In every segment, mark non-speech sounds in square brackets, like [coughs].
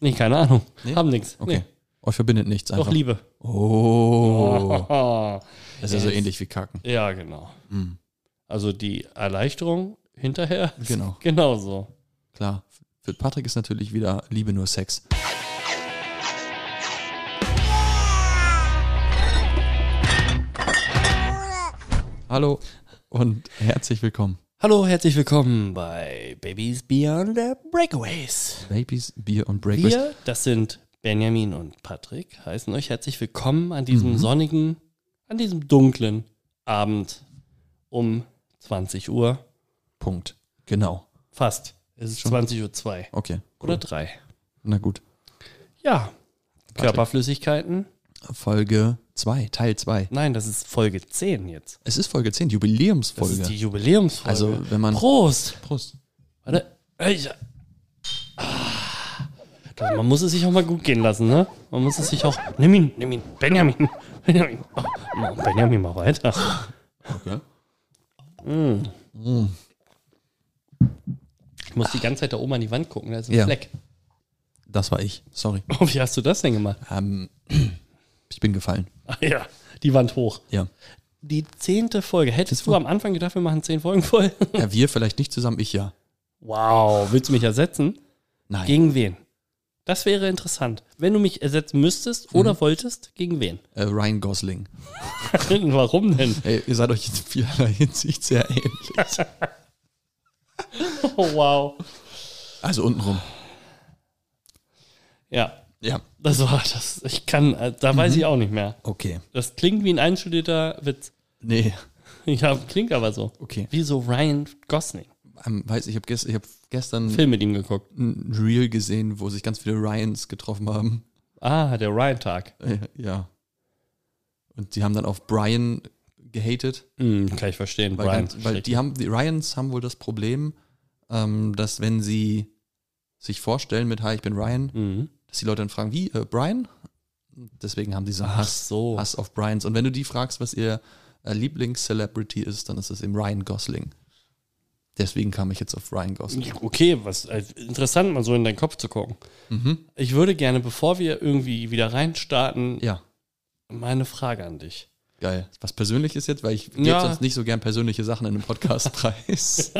Nee, keine Ahnung. Nee? Haben nichts. Okay. Euch verbindet nichts Nee. Doch einfach. Liebe. Oh. Oh. Das ist ja so ähnlich wie Kacken. [laughs] Ja, genau. Mhm. Also die Erleichterung hinterher. ist Genau. Genauso. Klar. Für Patrick ist natürlich wieder Liebe nur Sex. Hallo und herzlich willkommen. Hallo, herzlich willkommen bei Babies Beyond the Breakaways. Babys, Bier und Breakfast. Wir, das sind Benjamin und Patrick, heißen euch herzlich willkommen an Mhm. diesem sonnigen, an diesem dunklen Abend um 20 Uhr. Punkt. Genau. Fast. Es ist 20 Uhr 2 Okay. oder 3. Na gut. Ja. Körperflüssigkeiten? Folge 2, Teil 2. Nein, das ist Folge 10 jetzt. Es ist Folge 10, Das Jubiläumsfolge. ist die Jubiläumsfolge. Also, wenn man- Prost! Prost. Warte. Ich, ah, Das- man muss es sich auch mal gut gehen lassen, ne? Man muss es sich auch. Nimm ihn, nimm ihn. Benjamin. [laughs] Benjamin. Oh, mach Benjamin, mal weiter. Mm. Okay. Mm. Ich muss die ganze Zeit da oben an die Wand gucken, da ist ein Ja. Fleck. [laughs] Das war ich. [clears throat] Sorry. Oh, wie hast du das denn gemacht? Ähm, [clears throat] ich bin gefallen. Ah, ja, die Wand hoch. Ja. Die zehnte Folge. Hättest du am Anfang gedacht, wir machen zehn Folgen voll? [laughs] ja. Wir vielleicht nicht zusammen, ich ja. Wow, willst du mich ersetzen? Nein. Gegen wen? Das wäre interessant. Wenn du mich ersetzen müsstest oder wolltest, gegen wen? äh, Ryan Gosling. [laughs] Warum denn? Ey, ihr seid euch in vielerlei Hinsicht sehr ähnlich. [laughs] Oh, wow. Also untenrum. Ja, Ja. das war das. Ich kann, äh, da weiß ich auch nicht mehr. Okay. Das klingt wie ein einstudierter Witz. [laughs] Nee. Ja, klingt aber so. Okay. Wie so Ryan Gosling. Ähm, weiß ich, habe gest ich hab gestern Film mit ihm geguckt. ein Reel gesehen, wo sich ganz viele Ryans getroffen haben. Ah, der Ryan-Tag. Äh, ja. Und die haben dann auf Brian gehatet. Hm, kann ich verstehen. Weil, Brian. ganz, weil die haben, die Ryans haben wohl das Problem, ähm, dass wenn sie sich vorstellen mit Hi, ich bin Ryan, Mhm. dass die Leute dann fragen, wie, äh, Brian? Deswegen haben die so Ach Hass, so. Hass auf Bryans. Und wenn du die fragst, was ihr äh, Lieblings-Celebrity ist, dann ist es eben Ryan Gosling. Deswegen kam ich jetzt auf Ryan Gosling. Okay, was äh, interessant, mal so in deinen Kopf zu gucken. Mhm. Ich würde gerne, bevor wir irgendwie wieder reinstarten, Ja, meine Frage an dich. geil. Was Persönliches jetzt, weil ich gebe Ja. sonst nicht so gern persönliche Sachen in einem Podcast [laughs] preis.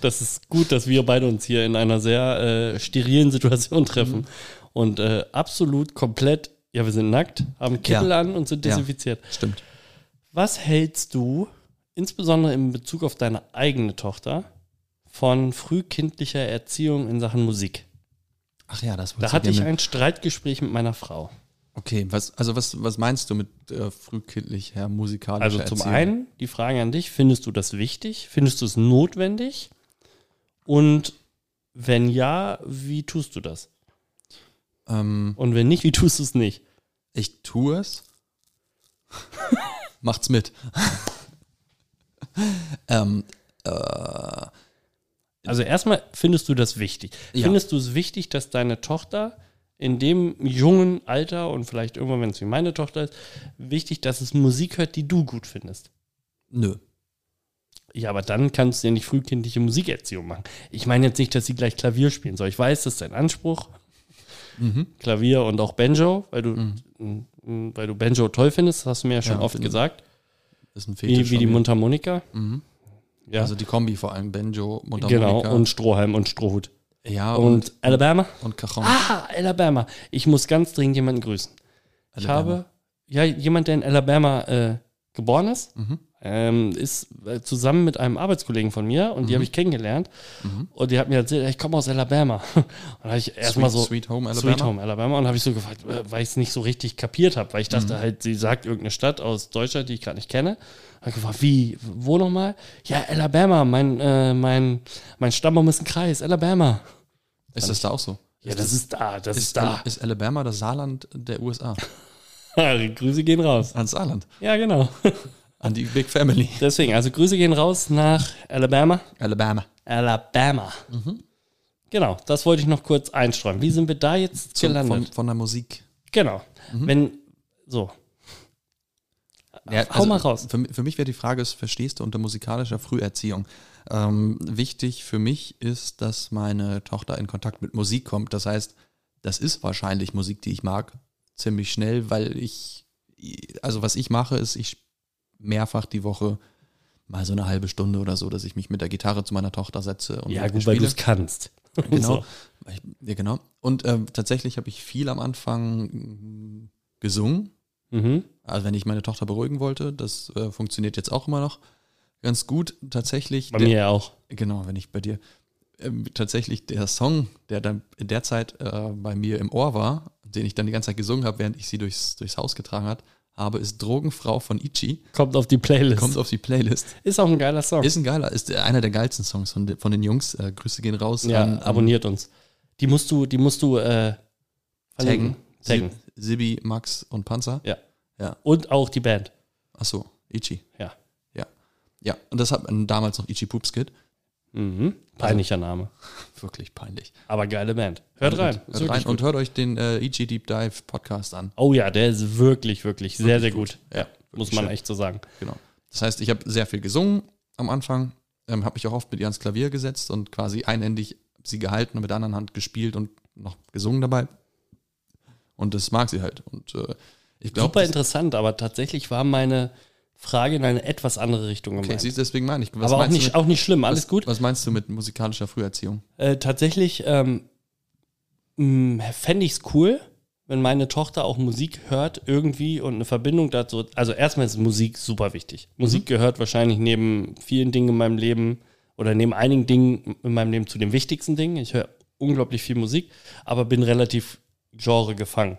Das ist gut, dass wir beide uns hier in einer sehr äh, sterilen Situation treffen Mhm. und äh, absolut komplett, ja, wir sind nackt, haben Kittel Ja. an und sind Ja. desinfiziert. Stimmt. Was hältst du, insbesondere in Bezug auf deine eigene Tochter, von frühkindlicher Erziehung in Sachen Musik? Ach ja, das Da wolltest du hatte ich gerne- ein Streitgespräch mit meiner Frau. Okay, was, also was, was meinst du mit äh, frühkindlicher musikalischer Also zum Erziehung? einen die Frage an dich, findest du das wichtig? Findest du es notwendig? Und wenn ja, wie tust du das? Ähm, Und wenn nicht, wie tust du es nicht? ich tue [laughs] es. Macht's mit. [laughs] ähm, Also erstmal findest du das wichtig. Ja. Findest du es wichtig, dass deine Tochter in dem jungen Alter und vielleicht irgendwann, wenn es wie meine Tochter ist, wichtig, dass es Musik hört, die du gut findest? nö. Ja, aber dann kannst du ja nicht frühkindliche Musikerziehung machen. Ich meine jetzt nicht, dass sie gleich Klavier spielen soll. Ich weiß, das ist dein Anspruch. Mhm. Klavier und auch Banjo, weil du, m, weil du Banjo toll findest, das hast du mir ja schon Ja, genau. oft finde- gesagt. Ist ein Fetisch. Wie, wie von die mir. Mundharmonika. Mhm. Ja, Also die Kombi vor allem, Benjo, Mundharmonika. genau. Und Strohhalm und Strohhut. ja, und, Und Alabama? und Cajon. Ah, Alabama. Ich muss ganz dringend jemanden grüßen. Ich habe, ja, jemand, der in Alabama äh, geboren ist, ähm, ist äh, zusammen mit einem Arbeitskollegen von mir und die habe ich kennengelernt. Und die hat mir erzählt, ich komme aus Alabama. [laughs] Und da habe ich erstmal so Sweet Home Alabama. Sweet Home Alabama und habe ich so gefragt, äh, weil ich es nicht so richtig kapiert habe, weil ich dachte halt, sie sagt irgendeine Stadt aus Deutschland, die ich gerade nicht kenne. Habe ich gefragt, wie, wo nochmal? Ja, Alabama, mein, äh, mein, mein Stammbaum ist ein Kreis, Alabama. Ist das da auch so? Ja, das ist da, das ist Ist, da. ist Alabama das Saarland der USA? Grüße gehen raus. Ans Saarland. Ja, genau. An die Big Family. Deswegen, also Grüße gehen raus nach Alabama. Alabama. Alabama. Mhm. Genau, das wollte ich noch kurz einstreuen. Wie sind wir da jetzt Zum, gelandet? von, von der Musik. genau. Mhm. Wenn, so, Ja, also Hau mal raus. Für, mi- für mich wäre die Frage, es verstehst du unter musikalischer Früherziehung? Ähm, wichtig für mich ist, dass meine Tochter in Kontakt mit Musik kommt. Das heißt, das ist wahrscheinlich Musik, die ich mag, ziemlich schnell, weil ich, also was ich mache, ist, ich mehrfach die Woche mal so eine halbe Stunde oder so, dass ich mich mit der Gitarre zu meiner Tochter setze und Ja, mit ihr gut, weil du spiele. es kannst. [laughs] Genau. So. Ich, ja, genau. Und ähm, tatsächlich habe ich viel am Anfang mm, gesungen. Mhm. Also wenn ich meine Tochter beruhigen wollte, das äh, funktioniert jetzt auch immer noch ganz gut. Tatsächlich, Bei der- mir ja auch. genau, wenn ich bei dir ähm, tatsächlich der Song, der dann in der Zeit äh, bei mir im Ohr war, den ich dann die ganze Zeit gesungen habe, während ich sie durchs, durchs Haus getragen hat, habe, ist Drogenfrau von Ichi. Kommt auf die Playlist. Kommt auf die Playlist. ist auch ein geiler Song. Ist ein geiler, ist einer der geilsten Songs von, de- von den Jungs. Äh, Grüße gehen raus. ja, an- an- abonniert uns. Die musst du, die musst du äh, Taggen. verlinken. Taggen. Sib- Sibi, Max und Panzer. Ja. Ja. Und auch die Band. Achso, Ichi. Ja. Ja. Ja. Und das hat man damals noch Ichi Poops Kid. Mhm. Peinlicher Name. Wirklich peinlich. Aber geile Band. Hört rein. Ist Und, hört wirklich rein gut. und hört euch den äh, Ichi Deep Dive Podcast an. oh ja, der ist wirklich, wirklich sehr, Wirklich sehr gut. gut. Ja, Ja, wirklich muss man schön. echt so sagen. Genau. Das heißt, ich habe sehr viel gesungen am Anfang, ähm, habe mich auch oft mit ihr ans Klavier gesetzt und quasi einhändig sie gehalten und mit der anderen Hand gespielt und noch gesungen dabei. Und das mag sie halt. Und äh, ich glaube, Super interessant, aber tatsächlich war meine Frage in eine etwas andere Richtung okay, gemeint. siehst du, deswegen meine ich. Was aber auch meinst du nicht, mit, auch nicht schlimm, alles was, gut. Was meinst du mit musikalischer Früherziehung? Äh, tatsächlich ähm, fände ich es cool, wenn meine Tochter auch Musik hört irgendwie und eine Verbindung dazu. Also erstmal ist Musik super wichtig. Mhm. Musik gehört wahrscheinlich neben vielen Dingen in meinem Leben oder neben einigen Dingen in meinem Leben zu den wichtigsten Dingen. Ich höre unglaublich viel Musik, aber bin relativ Genre gefangen.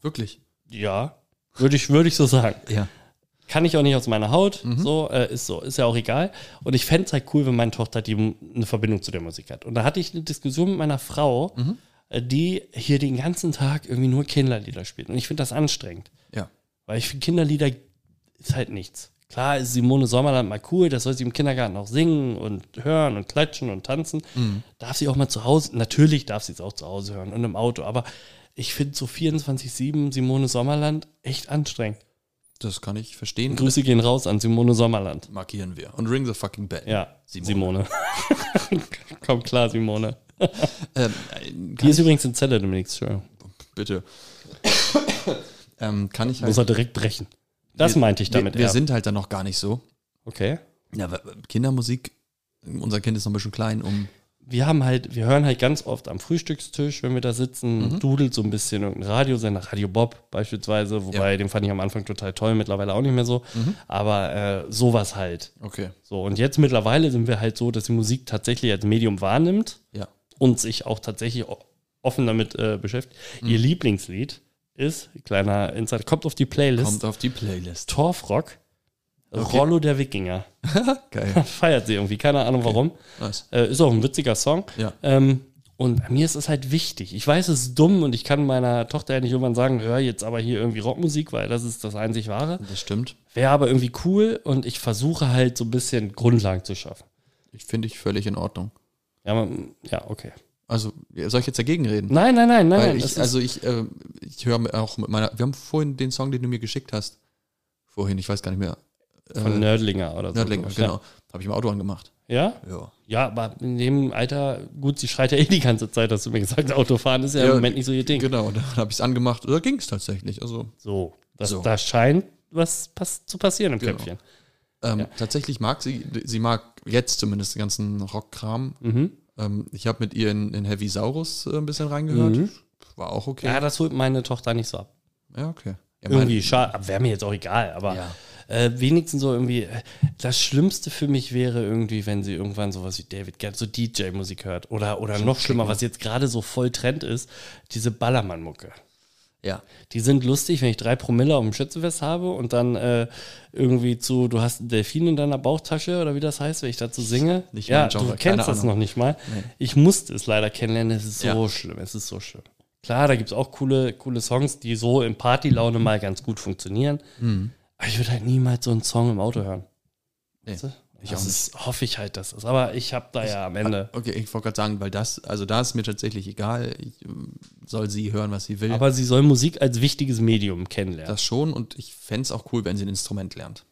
Wirklich? Ja, würde ich, würde ich so sagen. Ja. Kann ich auch nicht aus meiner Haut. So, äh, ist so, ist ja auch egal. Und ich fände es halt cool, wenn meine Tochter die m- eine Verbindung zu der Musik hat. Und da hatte ich eine Diskussion mit meiner Frau, äh, die hier den ganzen Tag irgendwie nur Kinderlieder spielt. Und ich finde das anstrengend. Ja. Weil ich finde, Kinderlieder ist halt nichts. Klar ist Simone Sommerland mal cool, das soll sie im Kindergarten auch singen und hören und klatschen und tanzen. Mhm. Darf sie auch mal zu Hause, natürlich darf sie es auch zu Hause hören und im Auto, aber ich finde so 24-7 Simone Sommerland echt anstrengend. Das kann ich verstehen. Grüße gehen raus an Simone Sommerland. Markieren wir. Und Ring the fucking Bell. Ja, Simone. Simone. [laughs] Komm klar, Simone. Ähm, äh, Die kann ist übrigens in Zelle demnächst, Entschuldigung. bitte. [coughs] ähm, kann ich halt. Muss er direkt brechen. Das meinte ich damit wir, wir eher. sind halt dann noch gar nicht so. okay. Ja, aber Kindermusik, unser Kind ist noch ein bisschen klein, um. wir haben halt, wir hören halt ganz oft am Frühstückstisch, wenn wir da sitzen, Mhm. dudelt so ein bisschen irgendein Radiosender, Radio Bob beispielsweise, wobei den fand ich am Anfang total toll, mittlerweile auch nicht mehr so, Mhm. aber äh, sowas halt. Okay. So, und jetzt mittlerweile sind wir halt so, dass die Musik tatsächlich als Medium wahrnimmt Ja. und sich auch tatsächlich o- offen damit äh, beschäftigt. Mhm. Ihr Lieblingslied ist, kleiner Insider, kommt auf die Playlist, Kommt auf die Playlist. Torfrock, Rollo der Wikinger. [laughs] Geil. Feiert sie irgendwie, keine Ahnung warum. Nice. Äh, ist auch ein witziger Song. Ja. Ähm, und mir ist es halt wichtig. Ich weiß, es ist dumm und ich kann meiner Tochter ja nicht irgendwann sagen, hör jetzt aber hier irgendwie Rockmusik, weil das ist das einzig wahre. Das stimmt. Wäre aber irgendwie cool und ich versuche halt so ein bisschen Grundlagen zu schaffen. Ich finde ich völlig in Ordnung. Ja, man, ja okay. Also, soll ich jetzt dagegen reden? Nein, nein, nein, nein. Weil nein das ich, ist, also ich, äh, ich höre auch mit meiner. Wir haben vorhin den Song, den du mir geschickt hast. Vorhin, ich weiß gar nicht mehr. Äh, von Nerdlinger oder so. Nerdlinger, Ja. genau. Habe ich im Auto angemacht. Ja? Ja. Ja, aber in dem Alter, gut, sie schreit ja eh die ganze Zeit, dass du mir gesagt hast, Autofahren ist ja, Ja, im Moment nicht so ihr Ding. Genau, und dann habe ich es angemacht. Da ging es tatsächlich. Also, So, das, So. Genau. da scheint was pass zu passieren im Köpfchen. ähm, tatsächlich mag sie, sie mag jetzt zumindest den ganzen Rockkram. Mhm. Ähm, ich habe mit ihr in, in Heavy Saurus äh, ein bisschen reingehört. War auch okay. Mhm. Ja, das holt meine Tochter nicht so ab. Ja, okay. Ja, Irgendwie schade, wäre mir jetzt auch egal, aber Ja. äh, wenigstens so irgendwie, äh, das Schlimmste für mich wäre irgendwie, wenn sie irgendwann sowas wie David Guetta, so DJ-Musik hört oder, oder noch schlimmer, was jetzt gerade so voll Trend ist, diese Ballermann-Mucke. ja. Die sind lustig, wenn ich drei Promille auf dem Schützenfest habe und dann äh, irgendwie zu, du hast einen Delfin in deiner Bauchtasche oder wie das heißt, wenn ich dazu singe. Nicht ja, mein Genre, du keine kennst das Ahnung. noch nicht mal. Ich musste es leider kennenlernen, es ist so Ja. schlimm, es ist so schlimm. Klar, da gibt es auch coole, coole Songs, die so in Partylaune mal ganz gut funktionieren. Mhm. Aber ich würde halt niemals so einen Song im Auto hören. Nee, Weißt du? ich das auch ist, hoffe ich halt, dass das. Aber ich habe da ja am Ende. Okay, ich wollte gerade sagen, weil das, also da ist mir tatsächlich egal. Ich ähm, soll sie hören, was sie will. Aber sie soll Musik als wichtiges Medium kennenlernen. das schon und ich fände es auch cool, wenn sie ein Instrument lernt.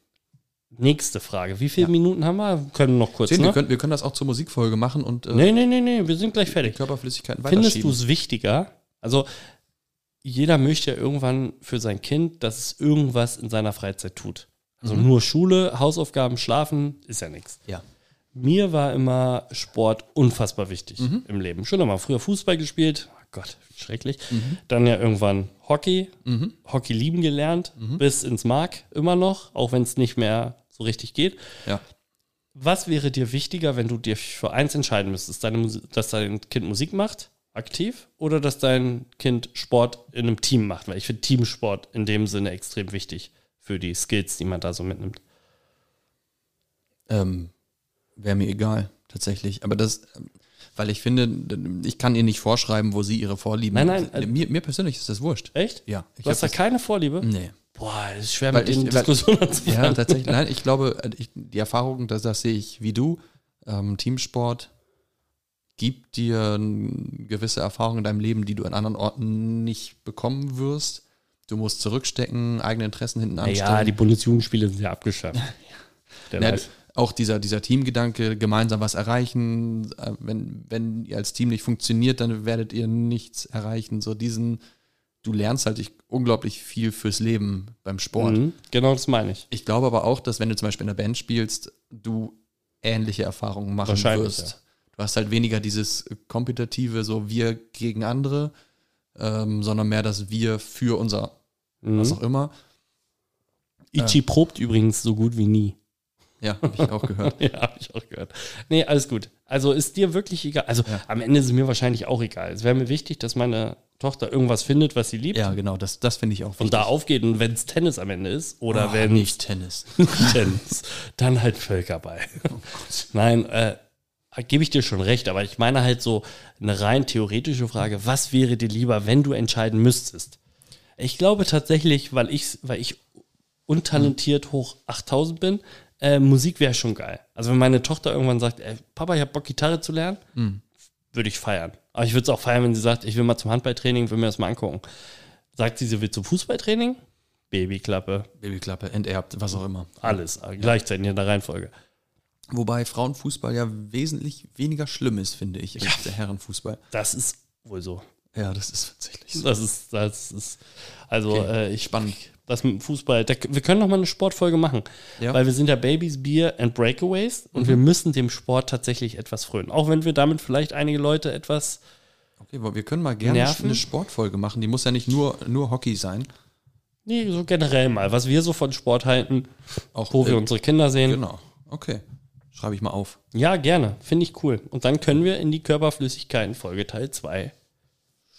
Nächste Frage. Wie viele Minuten haben wir? Wir können noch kurz. Sehen, ne? wir, können, wir können das auch zur Musikfolge machen und äh, Nee, nee, nee, nee, wir sind gleich fertig. Körperflüssigkeiten Findest du weiterschieben. es wichtiger, Also jeder möchte ja irgendwann für sein Kind, dass es irgendwas in seiner Freizeit tut. Also nur Schule, Hausaufgaben, Schlafen ist ja nichts. Ja. Mir war immer Sport unfassbar wichtig im Leben. Schon immer früher Fußball gespielt. Oh Gott, schrecklich. Dann ja irgendwann Hockey. Hockey lieben gelernt. Bis ins Mark immer noch, auch wenn es nicht mehr so richtig geht. Ja. Was wäre dir wichtiger, wenn du dir für eins entscheiden müsstest? Deine Musi- dass dein Kind Musik macht, aktiv, oder dass dein Kind Sport in einem Team macht? Weil ich finde Teamsport in dem Sinne extrem wichtig für die Skills, die man da so mitnimmt. Ähm, Wäre mir egal, tatsächlich. Aber das, ähm, weil ich finde, ich kann ihr nicht vorschreiben, wo sie ihre Vorlieben. Nein, nein, äh, mir, mir persönlich ist das wurscht. Echt? Ja. Ich Du hast da hab das, keine Vorliebe? nee. Boah, das ist schwer Weil mit ich- den weil- [laughs] Diskussionen anzufangen. Ja, tatsächlich. Nein, ich glaube, äh, ich, die Erfahrung, das, das sehe ich wie du, ähm, Teamsport gibt dir n- gewisse Erfahrungen in deinem Leben, die du an anderen Orten nicht bekommen wirst. Du musst zurückstecken, eigene Interessen hinten anstellen. Ja, die Bundesjugendspiele sind ja [laughs] abgeschafft. Der Ja, weiß. auch dieser, dieser Teamgedanke, gemeinsam was erreichen, äh, wenn, wenn ihr als Team nicht funktioniert, dann werdet ihr nichts erreichen. So diesen, du lernst halt ich, unglaublich viel fürs Leben beim Sport. Mhm, genau das meine ich. Ich glaube aber auch, dass wenn du zum Beispiel in der Band spielst, du ähnliche Erfahrungen machen Wahrscheinlich, wirst. ja. Du hast halt weniger dieses kompetitive, so wir gegen andere, ähm, sondern mehr das wir für unser, was Mhm. auch immer. äh. Ichi probt übrigens so gut wie nie. Ja, habe ich auch gehört. [laughs] Ja, habe ich auch gehört. Nee, alles gut. Also ist dir wirklich egal. Also Ja. am Ende ist es mir wahrscheinlich auch egal. Es wäre mir wichtig, dass meine Tochter irgendwas findet, was sie liebt Ja, genau, das, das finde ich auch und da aufgeht. Und wenn es Tennis am Ende ist oder Ah, wenn nicht Tennis. Tennis, dann halt Völkerball. Nein, äh, gebe ich dir schon recht, aber ich meine halt so eine rein theoretische Frage, was wäre dir lieber, wenn du entscheiden müsstest? Ich glaube tatsächlich, weil ich, weil ich untalentiert hoch 8000 bin, äh, Musik wäre schon geil. Also wenn meine Tochter irgendwann sagt, ey, Papa, ich habe Bock, Gitarre zu lernen, würde ich feiern. Aber ich würde es auch feiern, wenn sie sagt, ich will mal zum Handballtraining, will mir das mal angucken. Sagt sie, sie will zum Fußballtraining? Babyklappe, Babyklappe, enterbt, was auch immer. alles äh, gleichzeitig in der Reihenfolge. Wobei Frauenfußball ja wesentlich weniger schlimm ist, finde ich, als der Herrenfußball. Das ist wohl so. Ja, das ist tatsächlich so. Das ist, das ist, also Okay, äh, ich spannend. Das mit dem Fußball, da, wir können noch mal eine Sportfolge machen, Ja. Mhm. weil wir sind ja Babys, Bier and Breakaways und wir müssen dem Sport tatsächlich etwas frönen. Auch wenn wir damit vielleicht einige Leute etwas, Okay, aber wir können mal gerne Nerven? eine Sportfolge machen. Die muss ja nicht nur, nur Hockey sein. nee, so generell mal, was wir so von Sport halten, Auch wo wir äh, unsere Kinder sehen. Genau. Okay. Schreibe ich mal auf. Ja, gerne, finde ich cool. Und dann können wir in die Körperflüssigkeiten-Folge Teil 2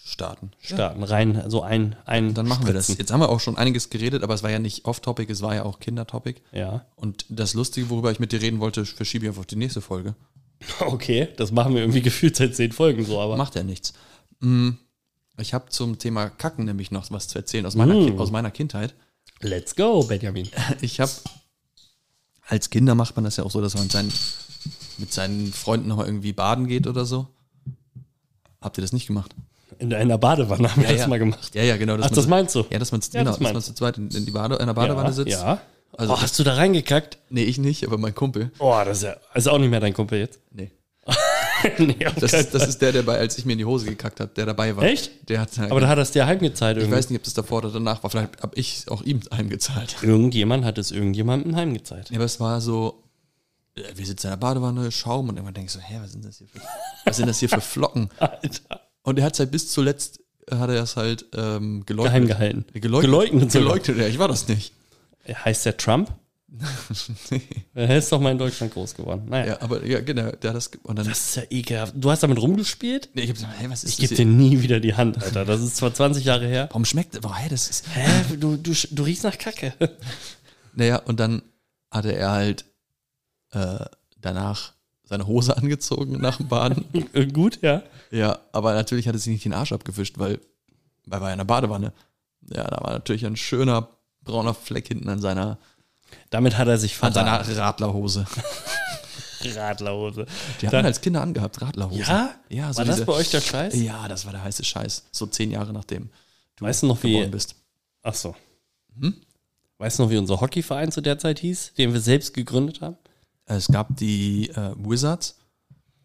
Starten. starten, rein, also ein, ein. Dann machen wir das. Spritzen. Jetzt haben wir auch schon einiges geredet, aber es war ja nicht off-topic, es war ja auch Kindertopic. Ja. Und das Lustige, worüber ich mit dir reden wollte, verschiebe ich einfach auf die nächste Folge. Okay, das machen wir irgendwie [laughs] gefühlt seit zehn Folgen so, aber. Macht ja nichts. Hm, Ich habe zum Thema Kacken nämlich noch was zu erzählen aus meiner, Mm. aus meiner Kindheit. Let's go, Benjamin. Ich habe als Kinder macht man das ja auch so, dass man mit seinen, mit seinen Freunden nochmal irgendwie baden geht oder so. Habt ihr das nicht gemacht? In einer Badewanne haben wir das mal gemacht. Ja, ja, genau. dass Ach, man das so- meinst du? Ja, dass man, Ja, genau, das dass man meinst zu zweit in, in, die Bade, in der Badewanne ja, sitzt. Ja. Also- oh, hast du da reingekackt? Nee, ich nicht, aber mein Kumpel. Oh, das ist ja ist auch nicht mehr dein Kumpel [laughs] jetzt. Nee. nee, auf Das keinen [laughs] ist, das ist der, der bei, als ich mir in die Hose gekackt habe, der dabei war. Echt? Der hat Fall. Aber da hat er es dir heimgezahlt ich irgendwie. weiß nicht, ob das davor oder danach war. Vielleicht habe ich auch ihm [laughs] heimgezahlt. Irgendjemand hat es irgendjemandem heimgezahlt. Ja, aber es war so, äh, wir sitzen in der Badewanne, Schaum und irgendwann denke ich so, hä, was sind das hier für, was sind das hier für Flocken? Alter. Und er hat es halt bis zuletzt, äh, hat er es halt ähm, geleugnet. Geheim gehalten. Geleugnet. Geleugnet Geleugnet, sogar. ja, ich war das nicht. Heißt der [laughs] Trump? Er ist doch mal in Deutschland groß geworden. Naja. ja, aber ja, genau, der hat das, ge- und dann, Das ist ja ekelhaft. Du hast damit rumgespielt? nee, ich hab so, hä, was ist Ich das gebe dir nie wieder die Hand, Alter. Das ist zwar 20 Jahre her. Warum schmeckt, boah, hä, das ist, Hä? Du, du, sch- du riechst nach [laughs] Kacke. Naja, und dann hatte er halt äh, danach seine Hose [laughs] angezogen nach dem Baden. [laughs] Äh, Gut, ja. ja, aber natürlich hat er sich nicht den Arsch abgefischt, weil, weil er war ja in der Badewanne. Ja, da war natürlich ein schöner brauner Fleck hinten an seiner, Damit hat er sich an vertan. seiner Radlerhose. Radlerhose. [laughs] Die haben als Kinder angehabt, Radlerhose. Ja? ja so War das diese- bei euch der Scheiß? Ja, das war der heiße Scheiß. So zehn Jahre nachdem du Weißt du noch, wie- geboren bist. Ach so. Hm? Weißt du noch, wie unser Hockeyverein zu der Zeit hieß, den wir selbst gegründet haben? Es gab die äh, Wizards,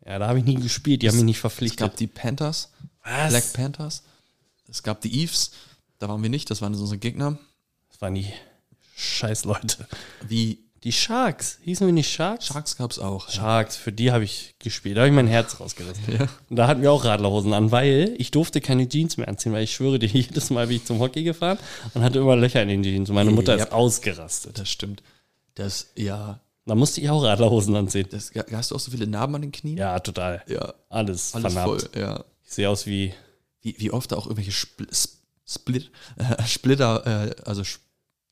Ja, da habe ich nie gespielt, die haben mich nicht es gab verpflichtet. die Panthers, Was? Black Panthers. Es gab die Eves, da waren wir nicht, das waren unsere Gegner. Das waren die Scheißleute. Die Die Sharks. Hießen wir nicht Sharks? Sharks gab es auch. Sharks, für die habe ich gespielt. Da habe ich mein Herz rausgelassen. [laughs] Ja. Und da hatten wir auch Radlerhosen an, weil ich durfte keine Jeans mehr anziehen, weil ich schwöre dir, [laughs] jedes Mal bin ich zum Hockey gefahren und hatte immer Löcher in den Jeans. Und meine Mutter ist Ja. ausgerastet. Das stimmt. Das, ja, Da musste ich auch Radlerhosen anziehen. das, hast du auch so viele Narben an den Knien? Ja, total. ja Alles, alles vernarbt. voll, ja. Ich sehe aus wie Wie, wie oft da auch irgendwelche Spl Sp- Split, [laughs] äh, Splitter, äh, also Sch-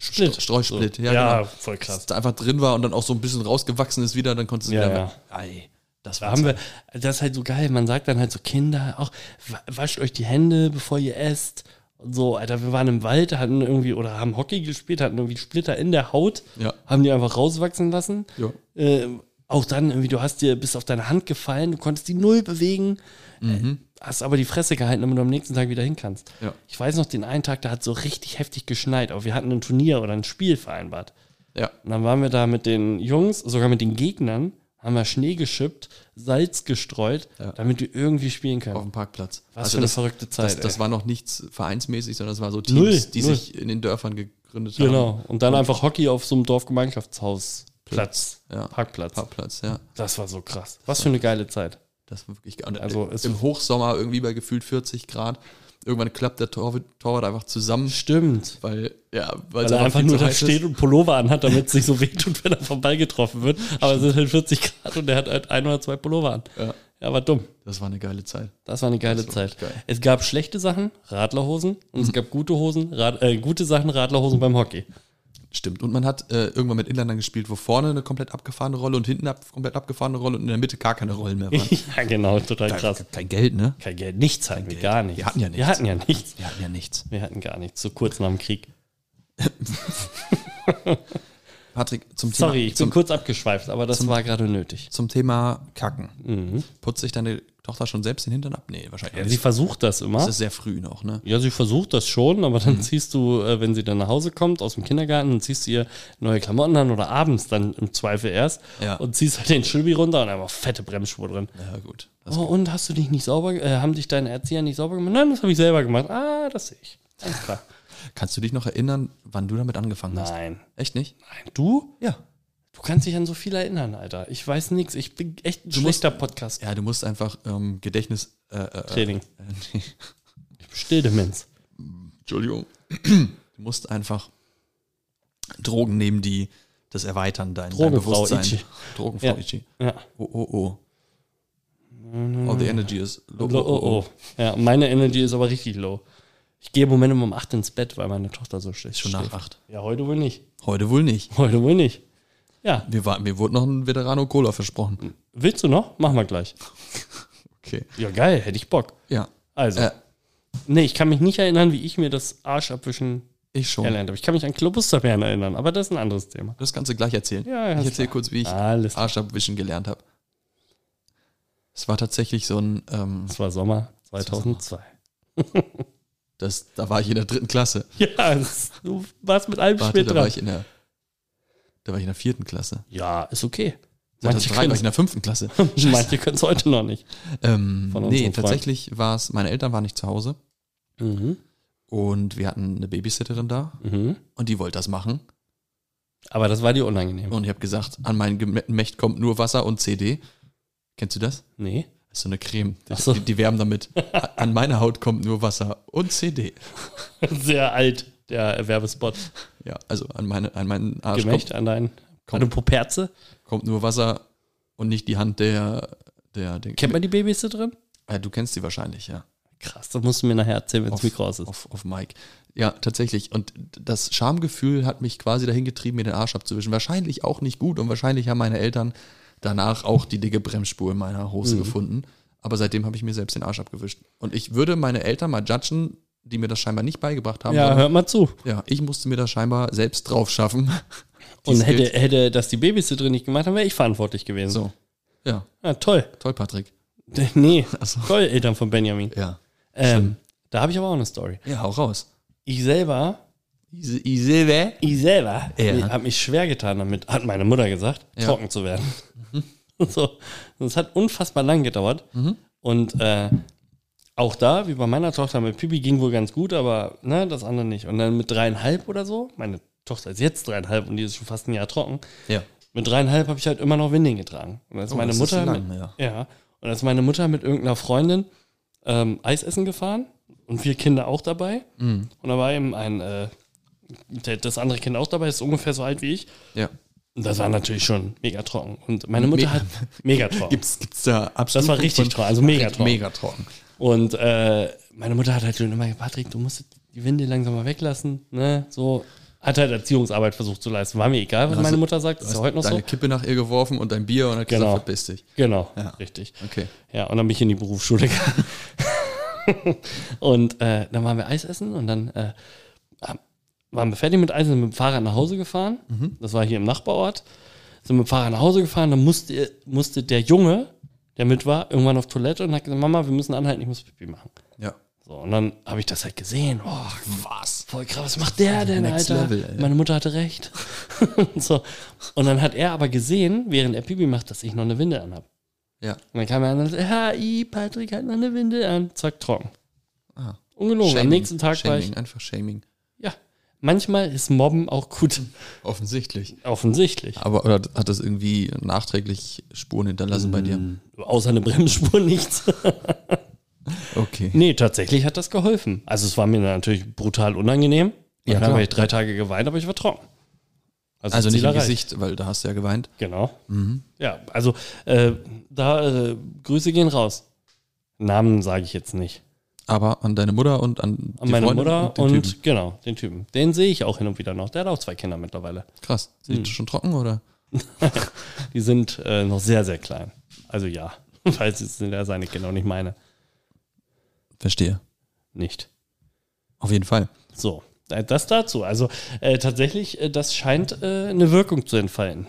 St- Streusplit, So. ja, Ja, ja genau. voll Das krass. da einfach drin war und dann auch so ein bisschen rausgewachsen ist wieder, dann konntest du Ja, wieder. ja. Ei, das Da war haben wir, das ist halt so geil. Man sagt dann halt so Kinder, auch wa- wascht euch die Hände, bevor ihr esst. Und so, Alter, wir waren im Wald, hatten irgendwie oder haben Hockey gespielt, hatten irgendwie Splitter in der Haut, Ja. haben die einfach rauswachsen lassen. Ja. Ähm, auch dann irgendwie, du hast dir bist auf deine Hand gefallen, du konntest die null bewegen, äh, hast aber die Fresse gehalten, damit du am nächsten Tag wieder hin kannst. Mhm. Ja. Ich weiß noch den einen Tag, da hat so richtig heftig geschneit, aber wir hatten ein Turnier oder ein Spiel vereinbart. Ja. Und dann waren wir da mit den Jungs, sogar mit den Gegnern, haben wir Schnee geschippt, Salz gestreut, Ja. damit wir irgendwie spielen können. auf dem Parkplatz. Also Was für eine verrückte Das, Zeit, das ey. war noch nichts vereinsmäßig, sondern das war so Teams, Null, die null. sich in den Dörfern gegründet haben. genau. Und dann einfach Hockey auf so einem Dorfgemeinschaftshaus. Platz. Ja. Parkplatz. Parkplatz, ja. Das war so krass. Was für eine geile Zeit. Das war wirklich geil. Und Also es- im Hochsommer irgendwie bei gefühlt 40 Grad. Irgendwann klappt der Torwart, Torwart einfach zusammen, Stimmt. weil ja, Weil er einfach viel nur zu da heiß ist. steht und Pullover anhat, damit es nicht so [laughs] wehtut, wenn er vom Ball getroffen wird. Aber es sind halt 40 Grad und er hat halt ein oder zwei Pullover an. Ja, Ja, war dumm. das war eine geile Zeit. Das war eine geile war Zeit. geil. Mhm. Es gab schlechte Sachen, Radlerhosen, und es gab gute Hosen, Rad, äh, gute Sachen, Radlerhosen beim [laughs] Hockey. Stimmt. Und man hat äh, irgendwann mit Inlandern gespielt, wo vorne eine komplett abgefahrene Rolle und hinten ab, komplett abgefahrene Rolle und in der Mitte gar keine Rollen mehr waren. ja, genau, total krass. Kein Geld, ne? Kein Geld, nichts hatten wir, Geld. gar nichts. Wir hatten ja Wir nichts. hatten ja nichts. Wir hatten ja nichts. Wir hatten gar nichts, so kurz nach dem Krieg. Genau. Patrick, zum Thema, Sorry, ich bin zum, kurz abgeschweift, aber das war gerade nötig. zum Thema Kacken. Putzt sich deine Tochter schon selbst den Hintern ab? Nee, wahrscheinlich. Mhm. Ja, nicht. sie versucht das immer. das ist sehr früh noch, ne? Ja, sie versucht das schon, aber Mhm. dann ziehst du, äh, wenn sie dann nach Hause kommt aus dem Kindergarten, dann ziehst du ihr neue Klamotten an oder abends dann im Zweifel erst Ja. und ziehst halt den Schilbi runter und einfach fette Bremsspur drin. Ja, gut. Das, Oh, und hast du dich nicht sauber, ge- äh, haben dich deine Erzieher nicht sauber gemacht? Nein, das habe ich selber gemacht. Ah, das sehe ich. Alles klar. Kannst du dich noch erinnern, wann du damit angefangen [laughs] hast? Nein. Echt nicht? Nein, du? Ja. Du kannst dich an so viel erinnern, Alter. Ich weiß nichts. Ich bin echt ein musst- schlechter [laughs] Podcast. Ja, du musst einfach ähm, Gedächtnis. Äh, äh, äh, Training. nee. Stilldemenz. Entschuldigung. [clears throat] Du musst einfach Drogen nehmen, die das erweitern, dein, dein Drogenfrau Bewusstsein. Ichi. Drogenfrau Ja. Ichi. Ja. Oh, oh, oh. All the energy is low. Low, oh, oh. Ja, meine Energy ist aber richtig low. Ich gehe im Moment immer um 8 ins Bett, weil meine Tochter so schlecht Schon schläft. nach acht. Ja, heute wohl nicht. Heute wohl nicht. Heute wohl nicht. Ja, Wir war, mir wurde noch ein Veterano Cola Hm. versprochen. willst du noch? Machen wir gleich. Okay. Ja, geil, hätte ich Bock. Ja. Also, Äh, nee, ich kann mich nicht erinnern, wie ich mir das Arschabwischen ich schon. erlernt habe. Ich kann mich an Klobusterbeeren erinnern, aber das ist ein anderes Thema. Das Ganze gleich erzählen. Ja, ja, ich ist erzähle kurz, wie ich Alles klar. Arsch abwischen gelernt habe. Es war tatsächlich so ein, ähm, Das war Sommer war 2002. das, da war ich in der dritten Klasse. Ja, das- du warst mit allem Warte, spät da war dran. ich in der, da war ich in der vierten Klasse. Ja, ist okay. Manche 2003 war ich in können der [laughs] fünften Klasse. es heute noch nicht. Ähm, Von nee, unseren tatsächlich war es, meine Eltern waren nicht zu Hause Mhm. und wir hatten eine Babysitterin da Mhm. und die wollte das machen. Aber das war dir unangenehm. Und ich habe gesagt, an mein Gemächt kommt nur Wasser und CD. Kennst du das? Nee. Das ist so eine Creme. Die, Ach so. die, die werben damit. A- An meiner Haut kommt nur Wasser und CD. [laughs] Sehr alt, der Werbespot. Ja, also an, meine, an meinen Arsch kommt, Gemächt an deinen komm. an deine Poperze. kommt nur Wasser und nicht die Hand der. der, der Kennt man die Babys da drin? ja, du kennst die wahrscheinlich, ja. Krass, das musst du mir nachher erzählen, wenn das Auf- Mikro aus ist. Auf, auf Mike. Ja, tatsächlich. Und das Schamgefühl hat mich quasi dahin getrieben, mir den Arsch abzuwischen. Wahrscheinlich auch nicht gut und wahrscheinlich haben meine Eltern danach auch die dicke Bremsspur in meiner Hose Mhm. gefunden. Aber seitdem habe ich mir selbst den Arsch abgewischt. Und ich würde meine Eltern mal judgen, die mir das scheinbar nicht beigebracht haben. Ja, sondern- hört mal zu. ja ich musste mir das scheinbar selbst drauf schaffen. [laughs] Die Und hätte, Skills. hätte das die Babys da drin nicht gemacht, dann wäre ich verantwortlich gewesen. So. Ja, Ja, toll. [laughs] toll, Patrick. Nee, so. toll, Eltern von Benjamin. Ja. Ähm, da habe ich aber auch eine Story. Ja, hau raus. Ich selber Isilve? ich selber Ja. habe mich schwer getan damit, hat meine Mutter gesagt, Ja. trocken zu werden. [laughs] So, das hat unfassbar lang gedauert. Und äh, Auch da, wie bei meiner Tochter mit Pipi, ging wohl ganz gut, aber ne, das andere nicht. Und dann mit dreieinhalb oder so, meine Tochter ist jetzt dreieinhalb und die ist schon fast ein Jahr trocken. Ja. Mit dreieinhalb habe ich halt immer noch Windeln getragen. Und als Oh, meine das ist Mutter lang, mit, ja. und als meine Mutter mit irgendeiner Freundin ähm, Eis essen gefahren und wir Kinder auch dabei. Mhm. Und da war eben ein, äh, der- das andere Kind auch dabei, ist ungefähr so alt wie ich. Ja. Und das war natürlich schon mega trocken. Und meine Mutter Me- [laughs] hat mega trocken. Gibt's, gibt's da absolut. Das war richtig von- trocken, also mega trocken. Mega trocken. Und äh, meine Mutter hat halt schon immer gesagt, Patrick, du musst die Winde langsam mal weglassen. Ne? So hat halt Erziehungsarbeit versucht zu leisten. War mir egal, was Also, meine Mutter sagt. Du Ist ja hast heute noch deine so. Kippe nach ihr geworfen und dein Bier und hat Genau. gesagt, verpiss dich. Genau, Ja. richtig. Okay. Ja, und dann bin ich in die Berufsschule [laughs] gegangen. und äh, dann waren wir Eis essen und dann äh, waren wir fertig mit Eis und sind mit dem Fahrrad nach Hause gefahren. Mhm. Das war hier im Nachbarort. Sind mit dem Fahrrad nach Hause gefahren, dann musste, musste der Junge, der mit war, irgendwann auf Toilette und hat gesagt, Mama, wir müssen anhalten, ich muss Pipi machen. Ja. So, und dann habe ich das halt gesehen. Oh, Was? voll krass, was macht der denn, Next Alter? Level, ey. Meine Mutter hatte recht. [laughs] und, so. und dann hat er aber gesehen, während er Pipi macht, dass ich noch eine Winde anhab. Ja. Und dann kam er an und sagte, HI, Patrick hat noch eine Winde an. Zack, trocken. Ah. Ungelogen. Oh, Am nächsten Tag war ich, Shaming, einfach Shaming. ja. Manchmal ist Mobben auch [laughs] gut, Offensichtlich. offensichtlich. Aber oder hat das irgendwie nachträglich Spuren hinterlassen bei dir? Außer eine Bremsspur nichts. Okay. [laughs] Nee, tatsächlich hat das geholfen. Also es war mir natürlich brutal unangenehm. Ja, Ja, dann klar. habe ich drei Tage geweint, aber ich war trocken. Also nicht im Zielerei. Gesicht, Mhm. weil da hast du ja geweint. Genau. Ja, also äh, da äh, Grüße gehen raus. Namen sage ich jetzt nicht. Aber an deine Mutter und an, An meine Freundin Mutter den und, Typen. genau, den Typen. Den sehe ich auch hin und wieder noch. Der hat auch zwei Kinder mittlerweile. Krass. Sind die schon trocken oder? Die sind äh, noch sehr, sehr klein. Also ja, [laughs] weil es sind ja seine Kinder und genau nicht meine. Verstehe. Nicht. Auf jeden Fall. So, äh, das dazu. Also äh, tatsächlich, äh, das scheint äh, eine Wirkung zu entfalten.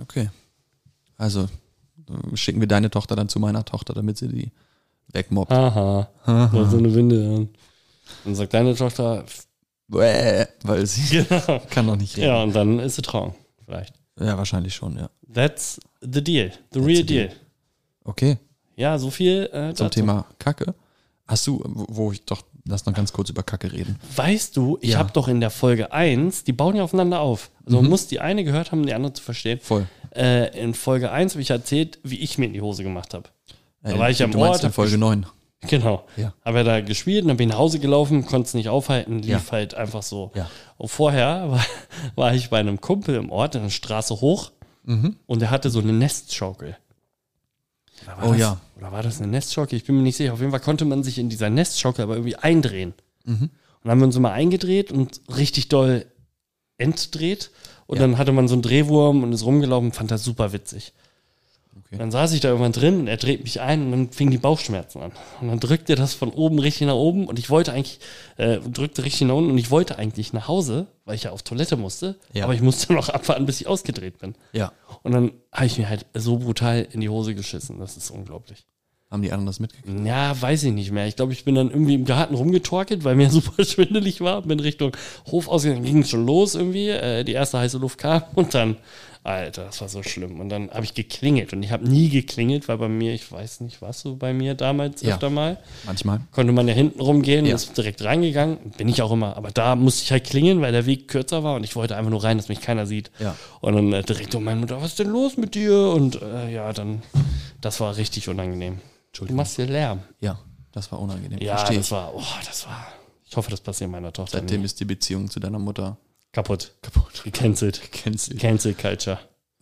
Okay. Also äh, schicken wir deine Tochter dann zu meiner Tochter, damit sie die Ah. wegmobbt. Haha, du hast so eine Winde. an. Dann sagt deine Tochter, Bäh, Weil [laughs] sie genau. kann noch nicht reden. Ja, und dann ist sie trocken, vielleicht. Ja. wahrscheinlich schon, ja. That's the deal. The real the deal. deal. Okay. Ja, so viel äh, Zum dazu. Thema Kacke. Hast du, wo wo ich doch, lass noch ganz kurz über Kacke reden. Weißt du, ich Ja. Mhm. habe doch in der Folge 1, die bauen ja aufeinander auf. Also man muss die eine gehört haben, um die andere zu verstehen. Voll. Äh, in Folge 1 habe ich erzählt, wie ich mir in die Hose gemacht habe. Äh, Da war ich am du meinst Ort, in hab Folge 9. Genau. Ja. Habe ja da gespielt und dann bin ich nach Hause gelaufen, konnte es nicht aufhalten, lief Ja. halt einfach so. Ja. Und vorher [laughs] war, war ich bei einem Kumpel im Ort, in der Straße hoch Mhm. und der hatte so eine Nestschaukel. Oder war Oh das, ja. Oder war das eine Nestschaukel? Ich bin mir nicht sicher. Auf jeden Fall konnte man sich in dieser Nestschaukel aber irgendwie eindrehen. Mhm. Und dann haben wir uns mal eingedreht und richtig doll entdreht. Und Ja. dann hatte man so einen Drehwurm und ist rumgelaufen, fand das super witzig. Okay. Dann saß ich da irgendwann drin und er dreht mich ein und dann fingen die Bauchschmerzen an. Und dann drückte das von oben richtig nach oben und ich wollte eigentlich, äh, drückte richtig nach unten und ich wollte eigentlich nach Hause, weil ich ja auf Toilette musste, Ja. aber ich musste [laughs] noch abwarten, bis ich ausgedreht bin. Ja. Und dann habe ich mir halt so brutal in die Hose geschissen. Das ist unglaublich. Haben die anderen das mitgekriegt? Ja, weiß ich nicht mehr. Ich glaube, ich bin dann irgendwie im Garten rumgetorkelt, weil mir [laughs] super schwindelig war. Bin Richtung Hof ausgegangen, ging schon los irgendwie. Äh, die erste heiße Luft kam und dann, Alter, das war so schlimm. Und dann habe ich geklingelt und ich habe nie geklingelt, weil bei mir, ich weiß nicht, was so bei mir damals Ja. öfter mal, Manchmal. konnte man ja hinten rumgehen, Ja. ist direkt reingegangen, bin ich auch immer. Aber da musste ich halt klingeln, weil der Weg kürzer war und ich wollte einfach nur rein, dass mich keiner sieht. Ja. Und dann äh, direkt um meine Mutter, was ist denn los mit dir? Und äh, ja, dann, das war richtig unangenehm. Du Entschuldigung. machst hier Lärm. Ja, das war unangenehm. Ja, Verstehe das ich. war, oh, das war. Ich hoffe, das passiert meiner Tochter. Seitdem nie. ist die Beziehung zu deiner Mutter kaputt. kaputt. Gecancelt. Kennst du? Cancel Culture.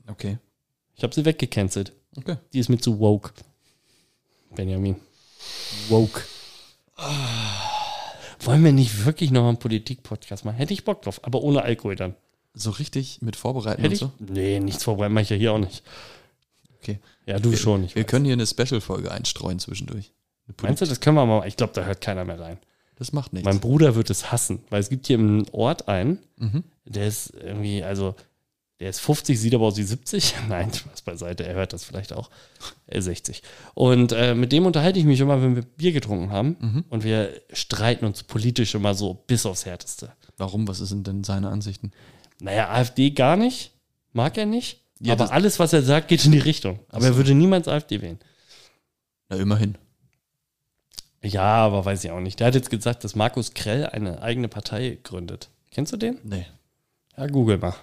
Okay. Ich habe sie weggecancelt. Okay. Die ist mir zu woke. Benjamin. Woke. Wollen wir nicht wirklich nochmal einen Politik-Podcast machen? Hätte ich Bock drauf, aber ohne Alkohol dann. So richtig mit vorbereiten Hätte und ich? so? Nee, nichts vorbereiten mache ich ja hier auch nicht. Okay. Ja, du schon nicht. Wir können hier eine Special-Folge einstreuen zwischendurch. Eine Meinst du, das können wir mal? Ich glaube, da hört keiner mehr rein. Das macht nichts. Mein Bruder wird es hassen, weil es gibt hier im Ort einen, Mhm. der ist irgendwie, also der ist 50, sieht aber aus wie 70. [laughs] Nein, Spaß beiseite, er hört das vielleicht auch. Er ist 60. Und äh, mit dem unterhalte ich mich immer, wenn wir Bier getrunken haben. Mhm. Und wir streiten uns politisch immer so bis aufs Härteste. Warum? Was sind denn seine Ansichten? Naja, AfD gar nicht, mag er nicht. Ja, aber das- alles, was er sagt, geht in die Richtung. Aber er würde niemals AfD wählen. Na, immerhin. Ja, aber weiß ich auch nicht. Der hat jetzt gesagt, dass Markus Krell eine eigene Partei gründet. Kennst du den? Nee. Ja, google mal.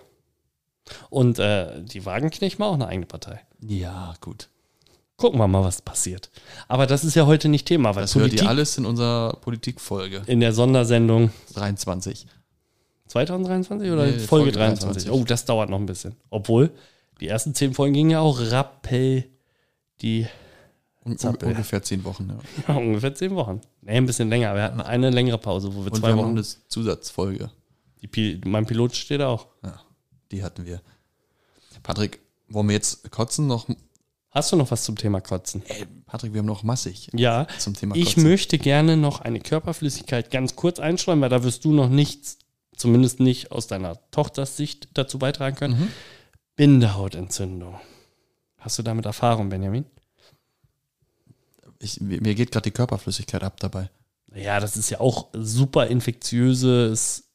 Und äh, die Wagenknecht mal auch eine eigene Partei. Ja, gut. Gucken wir mal, was passiert. Aber das ist ja heute nicht Thema, weil Das hört Politik ihr alles in unserer Politikfolge in der Sondersendung 23. 2023 oder Nee, Folge Folge 23? 23. Oh, das dauert noch ein bisschen. Obwohl, die ersten zehn Folgen gingen ja auch rappel die [laughs] Un un Zappel. ungefähr zehn Wochen. Ja. ja, ungefähr zehn Wochen. Nee, ein bisschen länger. Wir hatten eine längere Pause, wo wir Und zwei wir Wochen. machen eine Zusatzfolge. Die Pil mein Pilot steht auch. Ja, die hatten wir. Patrick, wollen wir jetzt kotzen noch? Hast du noch was zum Thema Kotzen? Ey, Patrick, wir haben noch massig Ja. zum Thema Ich möchte gerne noch eine Körperflüssigkeit ganz kurz einschreiben, weil da wirst du noch nichts, zumindest nicht aus deiner Tochters Sicht dazu beitragen können. Mhm. Bindehautentzündung. Hast du damit Erfahrung, Benjamin? Ich, mir mir geht gerade die Körperflüssigkeit ab dabei. Ja, das ist ja auch super infektiöses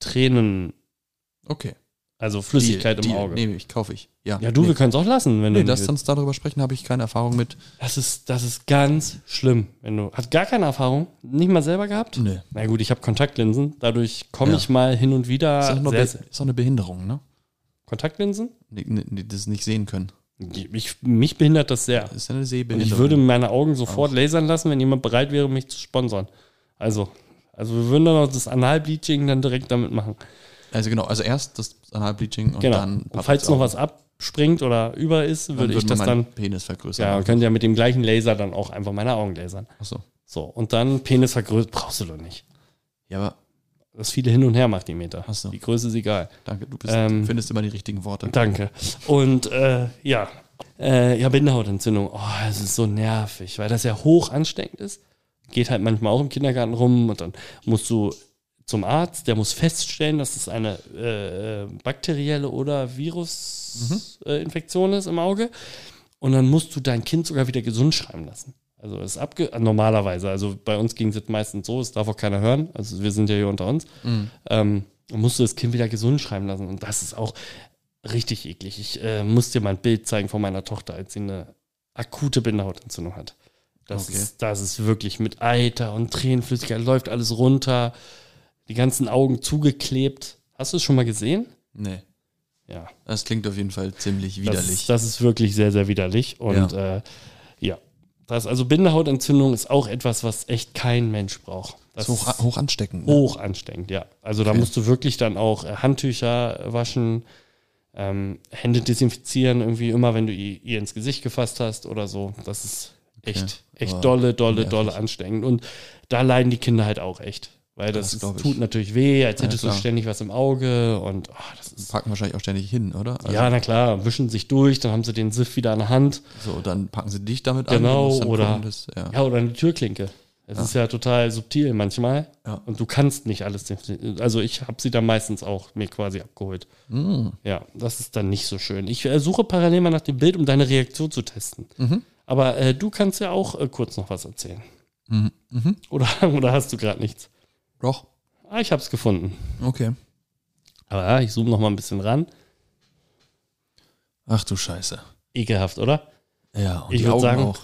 Tränen, Okay. also Flüssigkeit Deal, im Deal. Auge. Nehme ich, kaufe ich. Ja, Ja, du, nee. wir können es auch lassen, wenn Nee, du. lass willst. uns darüber sprechen, habe ich keine Erfahrung mit. das ist das ist ganz schlimm, wenn du hat gar keine Erfahrung, nicht mal selber gehabt. Nö. Na gut, ich habe Kontaktlinsen, dadurch komme Ja. ich mal hin und Ist wieder. doch nur Sehr, Be- sehr, ist doch eine Behinderung, ne? Kontaktlinsen? Nee, nee, nee, Das nicht sehen können. Ich, mich behindert das sehr. Das ist eine Und Sehbehinderung. ich würde meine Augen sofort lasern lassen, wenn jemand bereit wäre, mich zu sponsern. Also, also wir würden dann auch das Analbleaching dann direkt damit machen. also genau, also erst das Analbleaching und genau. dann und falls noch was abspringt oder über ist, würde ich das dann. Penis vergrößern. Ja, könnt ihr mit dem gleichen Laser dann auch einfach meine Augen lasern. Achso. So, und dann Penis vergrößert, brauchst du doch nicht. Ja, aber Das viele hin und her macht die Meter. Ach so. Die Größe ist egal. danke, du bist, Ähm. findest immer die richtigen Worte. Danke. Und äh, ja, äh, ja, Bindehautentzündung. Oh, es ist so nervig, weil das ja hoch ansteckend ist. Geht halt manchmal auch im Kindergarten rum und dann musst du zum Arzt, der muss feststellen, dass es eine äh, äh, bakterielle oder Virusinfektion äh, Infektion ist im Auge. Und dann musst du dein Kind sogar wieder gesund schreiben lassen. Also ist abge normalerweise, also bei uns ging es jetzt meistens so, es darf auch keiner hören, also wir sind ja hier unter uns, Mhm. ähm, dann musst du das Kind wieder gesund schreiben lassen. Und das ist auch richtig eklig. Ich äh, muss dir mal ein Bild zeigen von meiner Tochter, als sie eine akute Bindehautentzündung hat. Das, Okay. ist, das ist wirklich mit Eiter und Tränenflüssigkeit, läuft alles runter, die ganzen Augen zugeklebt. Hast du es schon mal gesehen? Nee, Ja. das klingt auf jeden Fall ziemlich Das, widerlich. ist- das ist wirklich sehr, sehr widerlich. Und ja, äh, ja. Das, also Bindehautentzündung ist auch etwas, was echt kein Mensch braucht. Das ist hoch, hoch ansteckend. ne? Hoch ansteckend, ja. Also da Okay. musst du wirklich dann auch äh, Handtücher äh, waschen, ähm, Hände desinfizieren, irgendwie immer, wenn du i- ihr ins Gesicht gefasst hast oder so. Das ist echt, echt aber dolle, dolle, nervig. dolle ansteckend. Und da leiden die Kinder halt auch echt. Weil das, Das glaub ich. tut natürlich weh, als Ja, hättest du klar. ständig was im Auge und ah, das ist. Packen wahrscheinlich auch ständig hin, oder? Also, Ja, na klar, wischen sich durch, dann haben sie den Siff wieder an der Hand. So, dann packen sie dich damit an. Genau, du musst dann oder- gucken, dass- ja. Ja, oder eine Türklinke. Es ist ja total subtil manchmal. Ja. Und du kannst nicht alles. desinfizieren. Also ich habe sie dann meistens auch mir quasi abgeholt. Mm. Ja, das ist dann nicht so schön. Ich äh, suche parallel mal nach dem Bild, um deine Reaktion zu testen. Mhm. Aber äh, du kannst ja auch äh, kurz noch was erzählen. Mhm. Mhm. Oder, [laughs] oder hast du gerade nichts? Doch. Ah, ich habe es gefunden. Okay. Aber ja, ich zoome noch mal ein bisschen ran. Ach du Scheiße. Ekelhaft, oder? Ja, und Ich die würd Augen sagen- auch.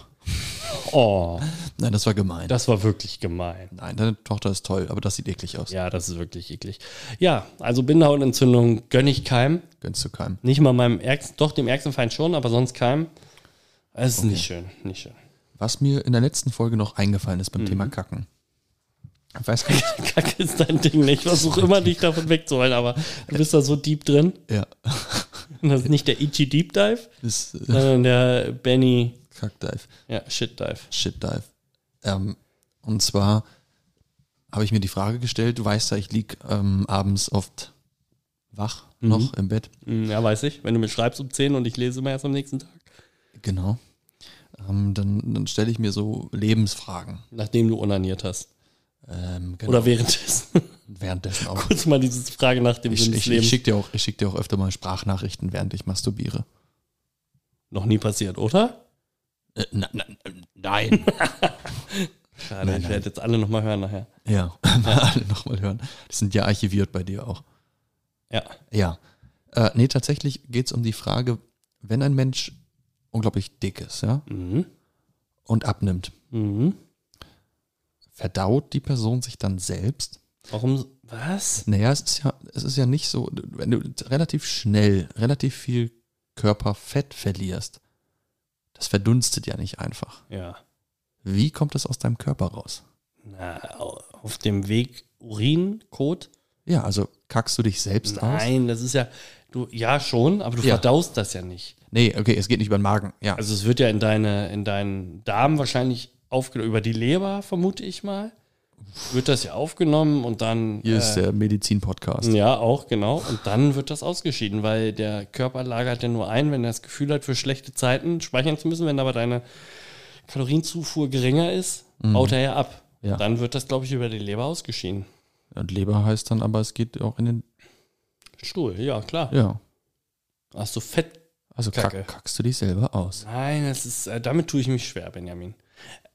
Oh, Nein, das war gemein. das war wirklich gemein. Nein, deine Tochter ist toll, aber das sieht eklig aus. Ja, das ist wirklich eklig. Ja, also Bindehautentzündung gönne ich keinem. Gönnst du keinem. Nicht mal meinem ärgsten, doch dem ärgsten Feind schon, aber sonst keinem. Es ist nicht schön, nicht schön. [laughs] Was mir in der letzten Folge noch eingefallen ist beim Mhm. Thema Kacken. Ich weiß gar [laughs] nicht. Kacke ist dein Ding nicht. Ich versuche immer, dich davon wegzuholen, aber du bist da so deep drin. ja. Und das ist nicht der Ichi Deep Dive, Das ist äh, sondern der Benny Kackdive. ja, Shit Dive. Shitdive. Ähm, und zwar habe ich mir die Frage gestellt, du weißt ja, ich lieg ähm, abends oft wach Mhm. noch im Bett. Hm, Ja, weiß ich. Wenn du mir schreibst um 10 und ich lese immer erst am nächsten Tag. Genau. Ähm, dann dann stelle ich mir so Lebensfragen. Nachdem du onaniert hast. Ähm, genau. Oder währenddessen. [laughs] währenddessen auch. Kurz mal diese Frage nach dem Ich, Sinn des ich, ich Lebens. schicke dir, auch- ich schick dir auch öfter mal Sprachnachrichten, während ich masturbiere. Noch nie passiert, oder? Äh, na, na, [laughs] nein. Schade, Nein, ich nein. werde jetzt alle nochmal hören nachher. ja, [laughs] alle nochmal hören. Die sind ja archiviert bei dir auch. Ja. Ja. Äh, nee, tatsächlich geht es um die Frage, wenn ein Mensch unglaublich dick ist, ja, Mhm. und abnimmt, Mhm. verdaut die Person sich dann selbst? Warum? Was? Naja, es ist ja, es ist ja nicht so, wenn du relativ schnell relativ viel Körperfett verlierst, das verdunstet ja nicht einfach. Ja. Wie kommt das aus deinem Körper raus? Na, auf dem Weg Urin, Kot? Ja, also kackst du dich selbst aus? Nein, das ist ja, du, ja schon, aber du Mhm. Ja. verdaust das ja nicht. Nee, okay, es geht nicht über den Magen. Ja, Also es wird ja in deine, in deinen Darm wahrscheinlich aufgenommen, über die Leber, vermute ich mal. Wird das ja aufgenommen und dann. hier äh, ist der Medizin-Podcast. ja, auch, genau. Und dann wird das ausgeschieden, weil der Körper lagert ja nur ein, wenn er das Gefühl hat, für schlechte Zeiten speichern zu müssen. Wenn aber deine Kalorienzufuhr geringer ist, baut er ja ab. Mhm. Ja. Dann wird das, glaube ich, über die Leber ausgeschieden. Und Leber heißt dann aber, es geht auch in den. Stuhl, ja, klar. Ja, Hast du Fett also Kacke. kack, kackst du dich selber aus. Nein, das ist, äh, damit tue ich mich schwer, Benjamin.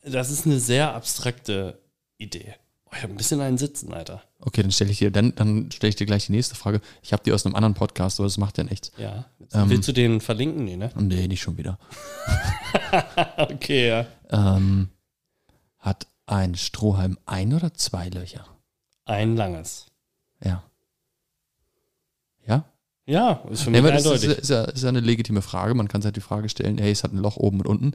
Das ist eine sehr abstrakte Idee. Oh, ich habe ein bisschen einen Sitzen, Alter. Okay, dann stelle ich dir, dann, dann stelle ich dir gleich die nächste Frage. Ich habe die aus einem anderen Podcast, aber das macht ja nichts. Ja. Ähm. Willst du den verlinken? Nee, ne? [laughs] Nee, nicht schon wieder. Okay, ja. Ähm, hat ein Strohhalm ein oder zwei Löcher? Ein langes. Ja. Ja? Ja, ist für mich Nee, aber das ist, eindeutig. ist, ja, ist ja eine legitime Frage. Man kann sich halt die Frage stellen, hey, es hat ein Loch oben und unten.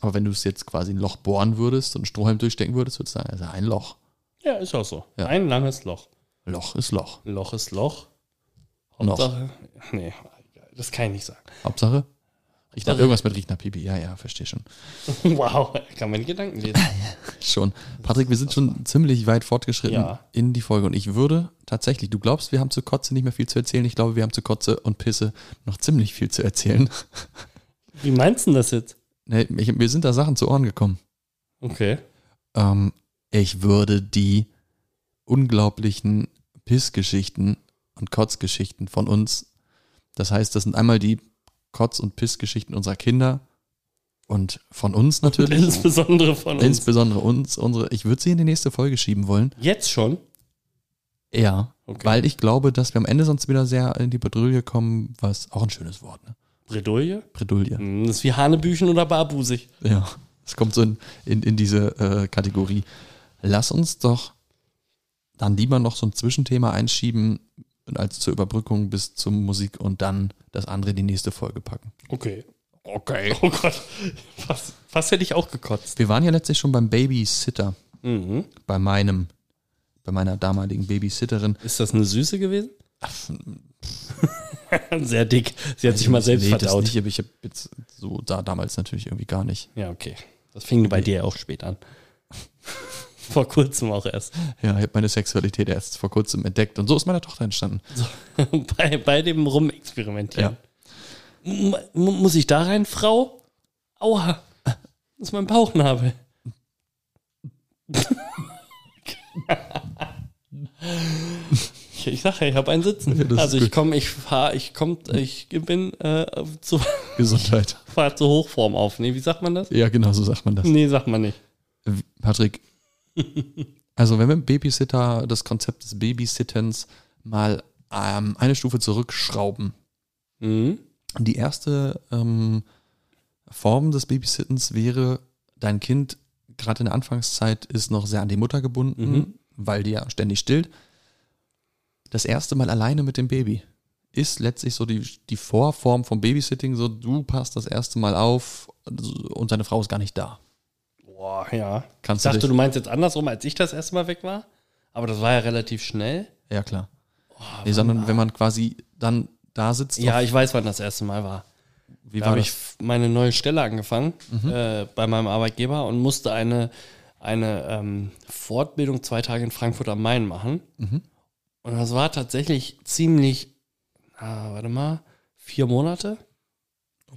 Aber wenn du es jetzt quasi ein Loch bohren würdest und einen Strohhalm durchstecken würdest, würdest du sagen, also ein Loch. ja, ist auch so. Ja. Ein langes Loch. Loch ist Loch. Loch ist Loch. Noch. Hauptsache. Nee, das kann ich nicht sagen. [laughs] Hauptsache, riecht nach Hauptsache- irgendwas mit riecht nach Pipi. Ja, ja, verstehe schon. Wow, kann man die Gedanken lesen. Schon. Patrick, wir sind schon ziemlich weit fortgeschritten Ja. in die Folge und ich würde tatsächlich, du glaubst, wir haben zu Kotze nicht mehr viel zu erzählen. Ich glaube, wir haben zu Kotze und Pisse noch ziemlich viel zu erzählen. [laughs] Wie meinst du denn das jetzt? Nee, ich, mir sind da Sachen zu Ohren gekommen. Okay. Ähm, ich würde die unglaublichen Pissgeschichten und Kotzgeschichten von uns, das heißt, das sind einmal die Kotz- und Pissgeschichten unserer Kinder und von uns [laughs] natürlich, Insbesondere von uns. insbesondere uns, unsere, ich würde sie in die nächste Folge schieben wollen. Jetzt schon? Ja, Okay. weil ich glaube, dass wir am Ende sonst wieder sehr in die Bredouille kommen, was auch ein schönes Wort, ne? Bredouille? Bredouille. Hm, Das ist wie Hanebüchen oder Barbusig. Ja, es kommt so in, in, in diese äh, Kategorie. Lass uns doch dann lieber noch so ein Zwischenthema einschieben als zur Überbrückung bis zur Musik und dann das andere in die nächste Folge packen. Okay. Okay. Oh Gott, fast, fast hätte ich auch gekotzt. Wir waren ja letztlich schon beim Babysitter, Mhm. bei meinem, bei meiner damaligen Babysitterin. Ist das eine Süße gewesen? Ach, [laughs] Sehr dick. Sie hat sich mal selbst nee, das verdaut. Nicht, aber ich habe jetzt so da damals natürlich irgendwie gar nicht. Ja, okay. Das fing bei dir ja auch spät an. [laughs] Vor kurzem auch erst. Ja, ich habe meine Sexualität erst vor kurzem entdeckt und so ist meine Tochter entstanden. bei, bei dem Rumexperimentieren. M- mu- Muss ich da rein, Frau? Aua. Das ist mein Bauchnabel. ich, ich sage, ja, ich habe einen Sitzen. Ja, das ist also ich gut. komme, ich fahre, ich komme, ich bin äh, zu, [laughs] Gesundheit. fahr zur Hochform auf. Nee, wie sagt man das? Ja, genau so sagt man das. Nee, sagt man nicht. W- Patrick, also wenn wir Babysitter, das Konzept des Babysitterns mal ähm, eine Stufe zurückschrauben. Mhm. Die erste ähm, Form des Babysittens wäre, dein Kind gerade in der Anfangszeit ist noch sehr an die Mutter gebunden, Mhm. weil die ja ständig stillt. Das erste Mal alleine mit dem Baby ist letztlich so die, die Vorform vom Babysitting, so du passt das erste Mal auf und deine Frau ist gar nicht da. Boah, ja. Ich Kannst dachte, du du meinst jetzt andersrum, als ich das erste Mal weg war. Aber das war ja relativ schnell. dich, Ja, klar. Oh, Nee, sondern wenn man quasi dann da sitzt, ja, auf- ich weiß, wann das erste Mal war. wie Da war habe das? Mhm. ich f- meine neue Stelle angefangen äh, bei meinem Arbeitgeber und musste eine, eine ähm, Fortbildung zwei Tage in Frankfurt am Main machen. Mhm. Und das war tatsächlich ziemlich, ah, warte mal, vier Monate?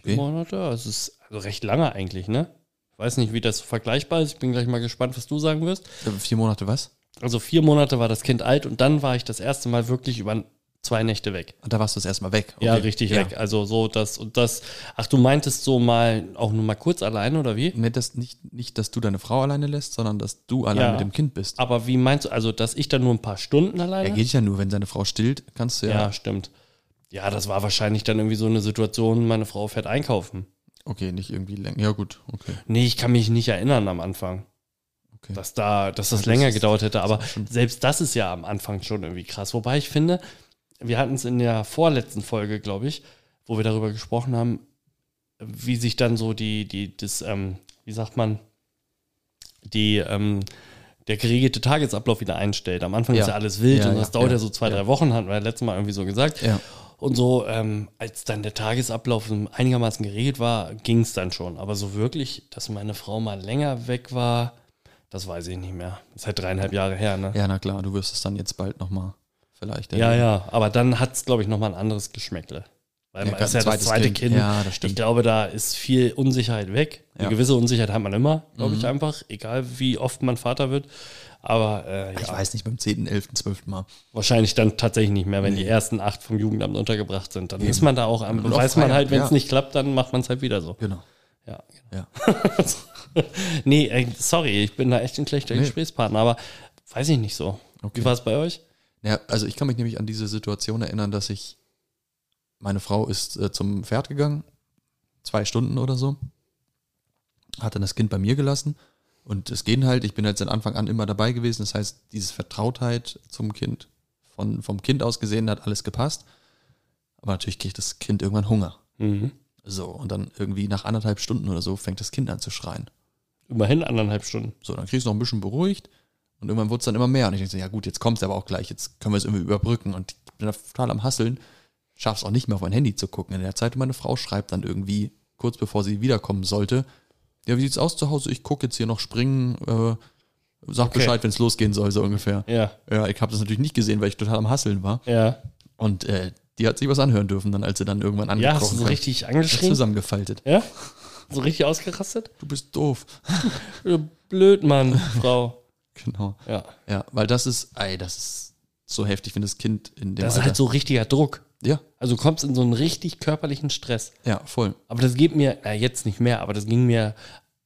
Vier Okay. Monate? Das ist also recht lange eigentlich, ne? Ich weiß nicht, wie das so vergleichbar ist. Ich bin gleich mal gespannt, was du sagen wirst. Äh, Vier Monate was? Also vier Monate war das Kind alt und dann war ich das erste Mal wirklich über zwei Nächte weg. Und da warst du das erstmal weg. Ja, Okay. richtig Ja. weg. Also so das und das. Ach, du meintest so mal auch nur mal kurz alleine oder wie? Nee, Ne, das nicht, nicht, dass du deine Frau alleine lässt, sondern dass du allein Ja. mit dem Kind bist. Aber wie meinst du, also dass ich dann nur ein paar Stunden alleine? Ja, geht ja nur, wenn seine Frau stillt, kannst du ja. ja, stimmt. Ja, das war wahrscheinlich dann irgendwie so eine Situation, meine Frau fährt einkaufen. Okay, nicht irgendwie länger. Ja, gut, okay. Nee, ich kann mich nicht erinnern am Anfang. Okay. dass da, dass das Ja, das länger ist- gedauert hätte. Aber ist schon- selbst das ist ja am Anfang schon irgendwie krass. Wobei ich finde, wir hatten es in der vorletzten Folge, glaube ich, wo wir darüber gesprochen haben, wie sich dann so die, die, das, ähm, wie sagt man, die, ähm, der geregelte Tagesablauf wieder einstellt. Am Anfang Ja. ist ja alles wild Ja, und ja, das dauert ja, ja, so zwei, ja. drei Wochen, hatten wir ja letztes Mal irgendwie so gesagt. Ja. Und so, ähm, als dann der Tagesablauf einigermaßen geregelt war, ging es dann schon. Aber so wirklich, dass meine Frau mal länger weg war, das weiß ich nicht mehr. Ist halt dreieinhalb Jahre her, ne? ja, na klar, du wirst es dann jetzt bald nochmal vielleicht. Ja, ja. erleben. Aber dann hat es, glaube ich, nochmal ein anderes Geschmäckle. Weil man kein ist ja das zweites zweite Kind. Ja, das Ich stimmt. glaube, da ist viel Unsicherheit weg. Eine Ja. Mhm. gewisse Unsicherheit hat man immer, glaube ich, einfach. Egal, wie oft man Vater wird. Aber äh, Ich ja, weiß nicht, beim 10., 11., 12. Mal. wahrscheinlich dann tatsächlich nicht mehr, wenn die ersten acht vom Jugendamt untergebracht sind. Dann ist man da auch am. auch Weiß man freier, halt, wenn es ja. nicht klappt, dann macht man es halt wieder so. Genau. Ja. Ja. nee, äh, sorry, ich bin da echt ein schlechter Nee. Gesprächspartner, aber weiß ich nicht so. Okay. Wie war es bei euch? Ja, also ich kann mich nämlich an diese Situation erinnern, dass ich, meine Frau ist äh, zum Pferd gegangen, zwei Stunden oder so, hat dann das Kind bei mir gelassen und es ging halt, ich bin halt seit Anfang an immer dabei gewesen, das heißt, diese Vertrautheit zum Kind, von, vom Kind aus gesehen, hat alles gepasst, aber natürlich kriegt das Kind irgendwann Hunger. Mhm. So, und dann irgendwie nach anderthalb Stunden oder so fängt das Kind an zu schreien. Immerhin anderthalb Stunden. So, dann kriegst du noch ein bisschen beruhigt und irgendwann wurde es dann immer mehr. Und ich denke so, ja gut, jetzt kommt's aber auch gleich, jetzt können wir es irgendwie überbrücken. Und ich bin da total am Hasseln, schaff's auch nicht mehr auf mein Handy zu gucken. In der Zeit, meine Frau schreibt dann irgendwie, kurz bevor sie wiederkommen sollte, ja, wie sieht's aus zu Hause? Ich gucke jetzt hier noch springen, äh, sag Okay. Bescheid, wenn's losgehen soll, so ungefähr. Ja, Ja, ich habe das natürlich nicht gesehen, weil ich total am Hasseln war. ja. Und äh, die hat sich was anhören dürfen, dann als sie dann irgendwann Ja, angekrochen hast du so kam. richtig Ist angeschrien? zusammengefaltet. Ja? So richtig ausgerastet? Du bist doof. [laughs] Äh, Blöd, Mann, Frau. Genau. Ja. Ja, weil das ist, ey, das ist so heftig, wenn das Kind in dem Das ist Alter. halt so richtiger Druck. ja, Also du kommst in so einen richtig körperlichen Stress. ja, voll. Aber das geht mir, na, jetzt nicht mehr, aber das ging mir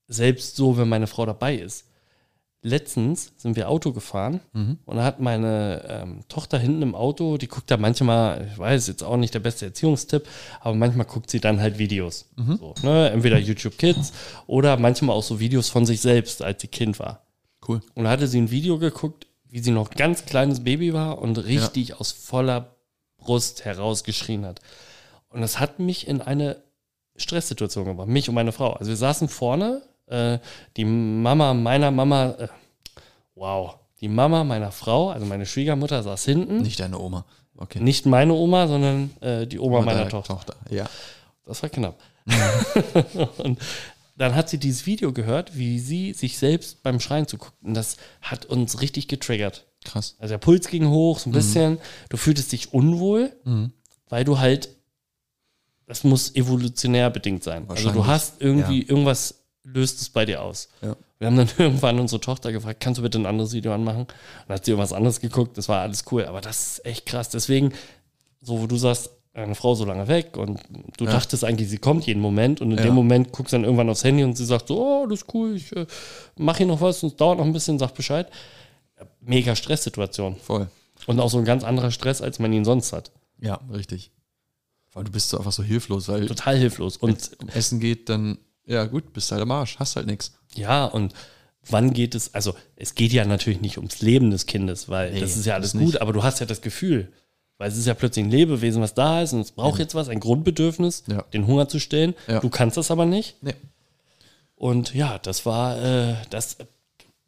selbst so, wenn meine Frau dabei ist. Letztens sind wir Auto gefahren Mhm. und da hat meine ähm, Tochter hinten im Auto, die guckt da manchmal, ich weiß jetzt auch nicht der beste Erziehungstipp, aber manchmal guckt sie dann halt Videos. So, ne? Entweder YouTube Kids oder manchmal auch so Videos von sich selbst, als sie Kind war. Cool. Und da hatte sie ein Video geguckt, wie sie noch ganz kleines Baby war und richtig aus voller Brust herausgeschrien hat. Und das hat mich in eine Stresssituation gebracht, mich und meine Frau. Also wir saßen vorne, äh, die Mama meiner Mama, äh, wow, die Mama meiner Frau, also meine Schwiegermutter saß hinten. Nicht, Nicht deine Oma. Okay. meine Oma, sondern äh, die Oma Mit meiner deiner Tochter. Ja. Das war knapp. [laughs] und dann hat sie dieses Video gehört, wie sie sich selbst beim Schreien zuguckt. Und das hat uns richtig getriggert. Krass. Also der Puls ging hoch, so ein bisschen. Du fühltest dich unwohl, weil du halt, das muss evolutionär bedingt sein. Also du Wahrscheinlich, hast irgendwie, irgendwas löst es bei dir aus. Ja. Wir haben dann [laughs] irgendwann unsere Tochter gefragt, kannst du bitte ein anderes Video anmachen? Und dann hat sie irgendwas anderes geguckt, das war alles cool. Aber das ist echt krass. Deswegen, so wo du sagst, eine Frau so lange weg und du Ja. dachtest eigentlich, sie kommt jeden Moment und in Ja. dem Moment guckst du dann irgendwann aufs Handy und sie sagt so, oh, das ist cool, ich äh, mache hier noch was und es dauert noch ein bisschen, sag Bescheid. Mega Stresssituation. Voll. Und auch so ein ganz anderer Stress, als man ihn sonst hat. Ja, richtig. Weil du bist so einfach so hilflos, weil Total hilflos. Und wenn Essen geht, dann, ja gut, bist halt am Arsch, hast halt nichts. ja, und wann geht es, also es geht ja natürlich nicht ums Leben des Kindes, weil Nee, das ist ja alles das gut, nicht. aber du hast ja das Gefühl, weil es ist ja plötzlich ein Lebewesen, was da ist und es braucht jetzt was, ein Grundbedürfnis, Ja. den Hunger zu stillen. Ja. Du kannst das aber nicht. Nee. Und ja, das war, äh, das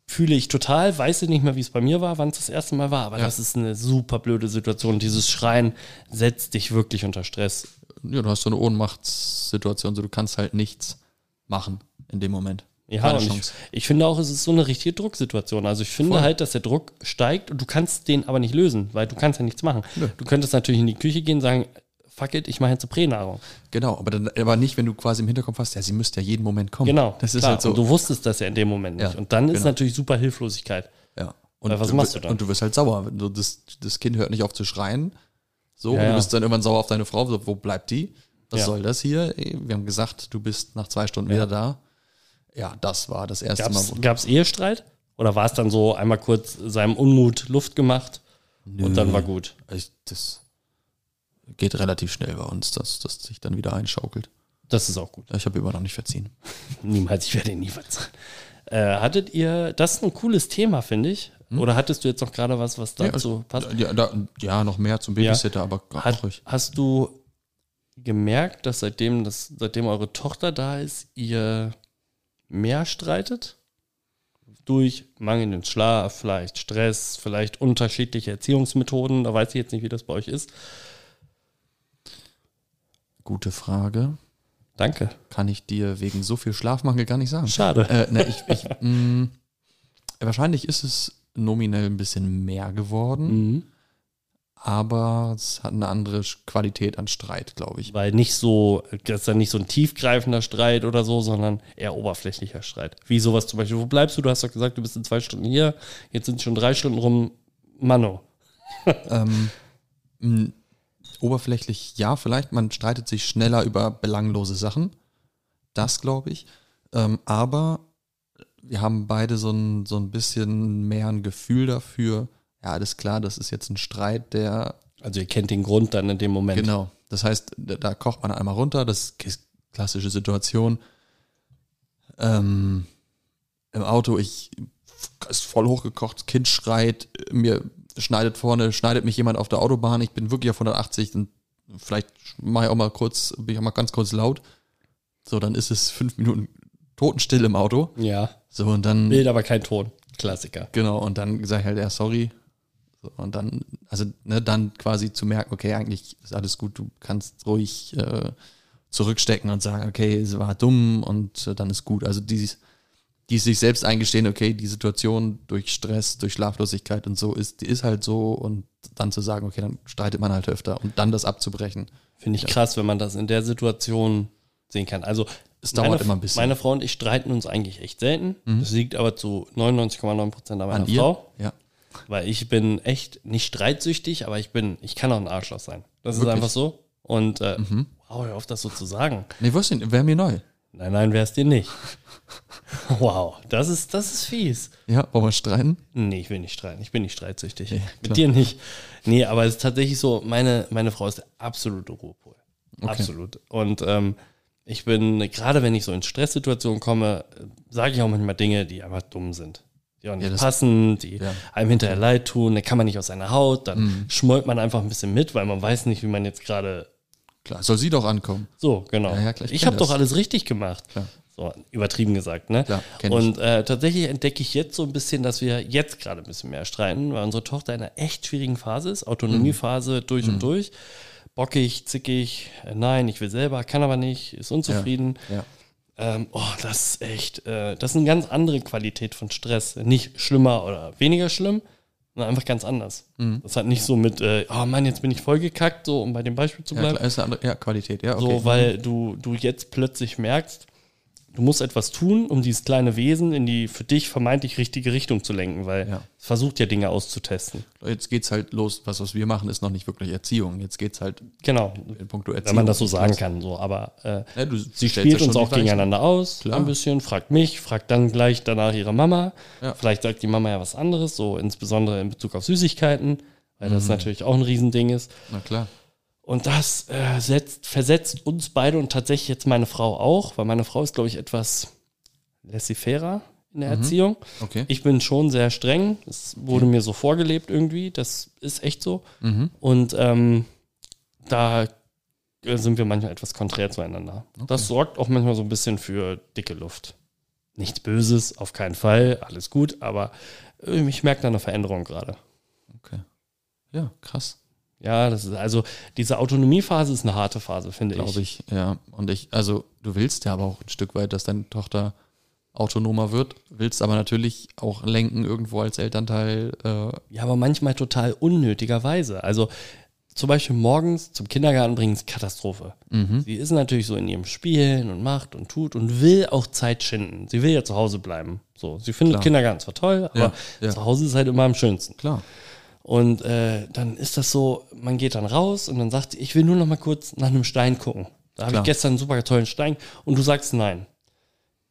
fühle ich total, weiß ich nicht mehr, wie es bei mir war, wann es das erste Mal war, aber Ja. das ist eine super blöde Situation. Dieses Schreien setzt dich wirklich unter Stress. Ja, du hast so eine Ohnmachtssituation, so du kannst halt nichts machen in dem Moment. Ja, Keine und ich, Chance. ich finde auch, es ist so eine richtige Drucksituation. Also ich finde Voll. halt, dass der Druck steigt und du kannst den aber nicht lösen, weil du kannst ja nichts machen. Nö. Du könntest natürlich in die Küche gehen und sagen, fuck it, ich mache jetzt eine Pränahrung. Genau, aber, dann, aber nicht, wenn du quasi im Hinterkopf hast, ja, sie müsste ja jeden Moment kommen. Genau. Das ist klar. halt so. Und du wusstest das ja in dem Moment nicht. Ja, und dann ist genau. natürlich super Hilflosigkeit. Ja. Und Weil was du, machst du dann? Und du wirst halt sauer. Wenn du- Das, das Kind hört nicht auf zu schreien. So, Ja, und ja. du bist dann irgendwann sauer auf deine Frau. So, wo bleibt die? Was Ja. soll das hier? Ey, Wir haben gesagt, du bist nach zwei Stunden wieder da. Ja, das war das erste Mal. wo- Gab es Ehestreit? Oder war es dann so einmal kurz seinem Unmut Luft gemacht und dann war gut? Ich, das geht relativ schnell bei uns, dass das sich dann wieder einschaukelt. Das ist auch gut. Ich habe immer noch nicht verziehen. Niemals, ich werde ihn nie verzeihen. Äh, hattet ihr, das ist ein cooles Thema, finde ich. Oder hattest du jetzt noch gerade was, was Hm? Ja, also, dazu also, passt? Ja, da, ja, noch mehr zum Ja. Babysitter, aber auch Hat, ruhig. hast du gemerkt, dass seitdem, das, seitdem eure Tochter da ist, ihr mehr streitet? Durch mangelnden Schlaf, vielleicht Stress, vielleicht unterschiedliche Erziehungsmethoden. Da weiß ich jetzt nicht, wie das bei euch ist. Gute Frage. Danke. Kann ich dir wegen so viel Schlafmangel gar nicht sagen. Schade. Äh, ne, ich, [laughs] ich, mh, wahrscheinlich ist es nominell ein bisschen mehr geworden, Mhm. aber es hat eine andere Sch- Qualität an Streit, glaube ich. Weil nicht so, das ist dann nicht so ein tiefgreifender Streit oder so, sondern eher oberflächlicher Streit. Wie sowas zum Beispiel, wo bleibst du? Du hast doch gesagt, du bist in zwei Stunden hier, jetzt sind schon drei Stunden rum. Mano. Ähm, mh, oberflächlich ja, vielleicht. Man streitet sich schneller über belanglose Sachen. Das glaube ich. Ähm, aber wir haben beide so ein, so ein bisschen mehr ein Gefühl dafür. Ja, alles klar, das ist jetzt ein Streit, der Also ihr kennt den Grund dann in dem Moment. Genau. Das heißt, da, da kocht man einmal runter, das ist klassische Situation. Ähm, Im Auto, ich ist voll hochgekocht, Kind schreit, mir schneidet vorne, schneidet mich jemand auf der Autobahn, ich bin wirklich auf 180, dann vielleicht mache ich auch mal kurz, bin ich auch mal ganz kurz laut. So, dann ist es fünf Minuten totenstill im Auto. Ja. So, und dann. Bild, aber kein Ton. Klassiker. Genau, und dann sage ich halt, ja, sorry. So, und dann, also ne, dann quasi zu merken, okay, eigentlich ist alles gut, du kannst ruhig äh, zurückstecken und sagen, okay, es war dumm und äh, dann ist gut. Also dieses, dieses sich selbst eingestehen, okay, die Situation durch Stress, durch Schlaflosigkeit und so ist, die ist halt so und dann zu sagen, okay, dann streitet man halt öfter und dann das abzubrechen. Finde ich krass, wenn man das in der Situation sehen kann. Also Es dauert meine, immer ein bisschen. Mhm. Meine Frau und ich streiten uns eigentlich echt selten. Das liegt aber zu 99,9 Prozent an meiner An ihr? Frau, Ja. weil ich bin echt nicht streitsüchtig, aber ich bin, ich kann auch ein Arschloch sein. Das ist Wirklich? Mhm. einfach so. Und äh, wow, hör auf, das so zu sagen. Nee, wusste ich, nicht, wäre mir neu. Nein, nein, wär's dir [laughs] nicht. wow, das ist, das ist fies. Ja, wollen wir streiten? Nee, ich will nicht streiten. Ich bin nicht streitsüchtig. klar. Mit dir nicht. Nee, aber es ist tatsächlich so, meine, meine Frau ist der absolute Ruhepol. Absolut. Und ähm, ich bin, gerade wenn ich so in Stresssituationen komme, sage ich auch manchmal Dinge, die einfach dumm sind. Die auch nicht Ja, das- passen, die Ja. Mhm. einem hinterher leid tun, da kann man nicht aus seiner Haut, dann schmollt man einfach ein bisschen mit, weil man weiß nicht, wie man jetzt gerade Klar, soll sie doch ankommen. so, genau. Ja, ja, klar, ich ich kenn habe doch das. alles richtig gemacht. Klar. So, übertrieben gesagt, ne? Klar, kenn ich. Und äh, tatsächlich entdecke ich jetzt so ein bisschen, dass wir jetzt gerade ein bisschen mehr streiten, weil unsere Tochter in einer echt schwierigen Phase ist, Autonomiephase Mhm. durch und durch. Bockig, zickig, äh, nein, ich will selber, kann aber nicht, ist unzufrieden. Ja. Ähm, oh, das ist echt, äh, das ist eine ganz andere Qualität von Stress. Nicht schlimmer oder weniger schlimm, sondern einfach ganz anders. Mhm. Das hat nicht so mit, äh, oh Mann, jetzt bin ich vollgekackt, so um bei dem Beispiel zu Ja, bleiben. klar, ist eine andere ja, Qualität. Ja, okay. So, weil du, du jetzt plötzlich merkst, du musst etwas tun, um dieses kleine Wesen in die für dich vermeintlich richtige Richtung zu lenken, weil Ja. es versucht ja Dinge auszutesten. Jetzt geht's halt los, was, was wir machen, ist noch nicht wirklich Erziehung. Jetzt geht's halt Genau, in puncto Erziehung. wenn man das so sagen kann. So. Aber äh, Ja, du sie stellst ja spielt schon uns die auch Weichen. gegeneinander aus, Klar. ein bisschen, fragt mich, fragt dann gleich danach ihre Mama. Ja. Vielleicht sagt die Mama ja was anderes, so insbesondere in Bezug auf Süßigkeiten, weil Mhm. das natürlich auch ein Riesending ist. Na klar. Und das äh, setzt, versetzt uns beide und tatsächlich jetzt meine Frau auch, weil meine Frau ist, glaube ich, etwas laissez-faire in der Erziehung. Okay. Ich bin schon sehr streng. Es wurde mir so vorgelebt irgendwie. Das ist echt so. mhm. Und ähm, da äh, sind wir manchmal etwas konträr zueinander. Das sorgt auch manchmal so ein bisschen für dicke Luft. Nichts Böses, auf keinen Fall, alles gut, aber äh, ich merke da eine Veränderung gerade. okay. Ja, krass, Ja, das ist also diese Autonomiephase ist eine harte Phase, finde ich. glaube ich. Ja. Und ich, also du willst ja aber auch ein Stück weit, dass deine Tochter autonomer wird, willst aber natürlich auch lenken irgendwo als Elternteil. Äh, Ja, aber manchmal total unnötigerweise. Also zum Beispiel morgens zum Kindergarten bringen ist Katastrophe. Mhm. Sie ist natürlich so in ihrem Spielen und macht und tut und will auch Zeit schinden. Sie will ja zu Hause bleiben. So, sie findet Klar. Kindergarten zwar toll, aber Ja, ja. zu Hause ist halt immer am schönsten. klar. Und äh, dann ist das so, man geht dann raus und dann sagt sie, ich will nur noch mal kurz nach einem Stein gucken. Da habe ich Klar. gestern einen super tollen Stein und du sagst nein.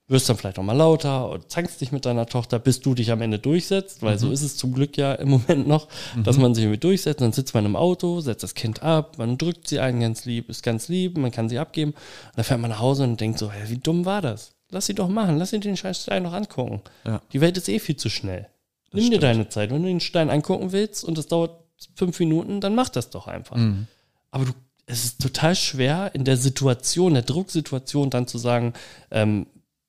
Wirst dann vielleicht noch mal lauter oder zankst dich mit deiner Tochter, bis du dich am Ende durchsetzt, weil Mhm. so ist es zum Glück ja im Moment noch, dass man sich irgendwie durchsetzt. Dann sitzt man im Auto, setzt das Kind ab, man drückt sie ein ganz lieb, ist ganz lieb, man kann sie abgeben. Und dann fährt man nach Hause und denkt so, hä, wie dumm war das? Lass sie doch machen, lass sie den scheiß Stein noch angucken. Ja. Die Welt ist eh viel zu schnell. Nimm dir stimmt. deine Zeit. Wenn du den Stein angucken willst und es dauert fünf Minuten, dann mach das doch einfach. Mhm. Aber du, es ist total schwer, in der Situation, der Drucksituation dann zu sagen, ähm,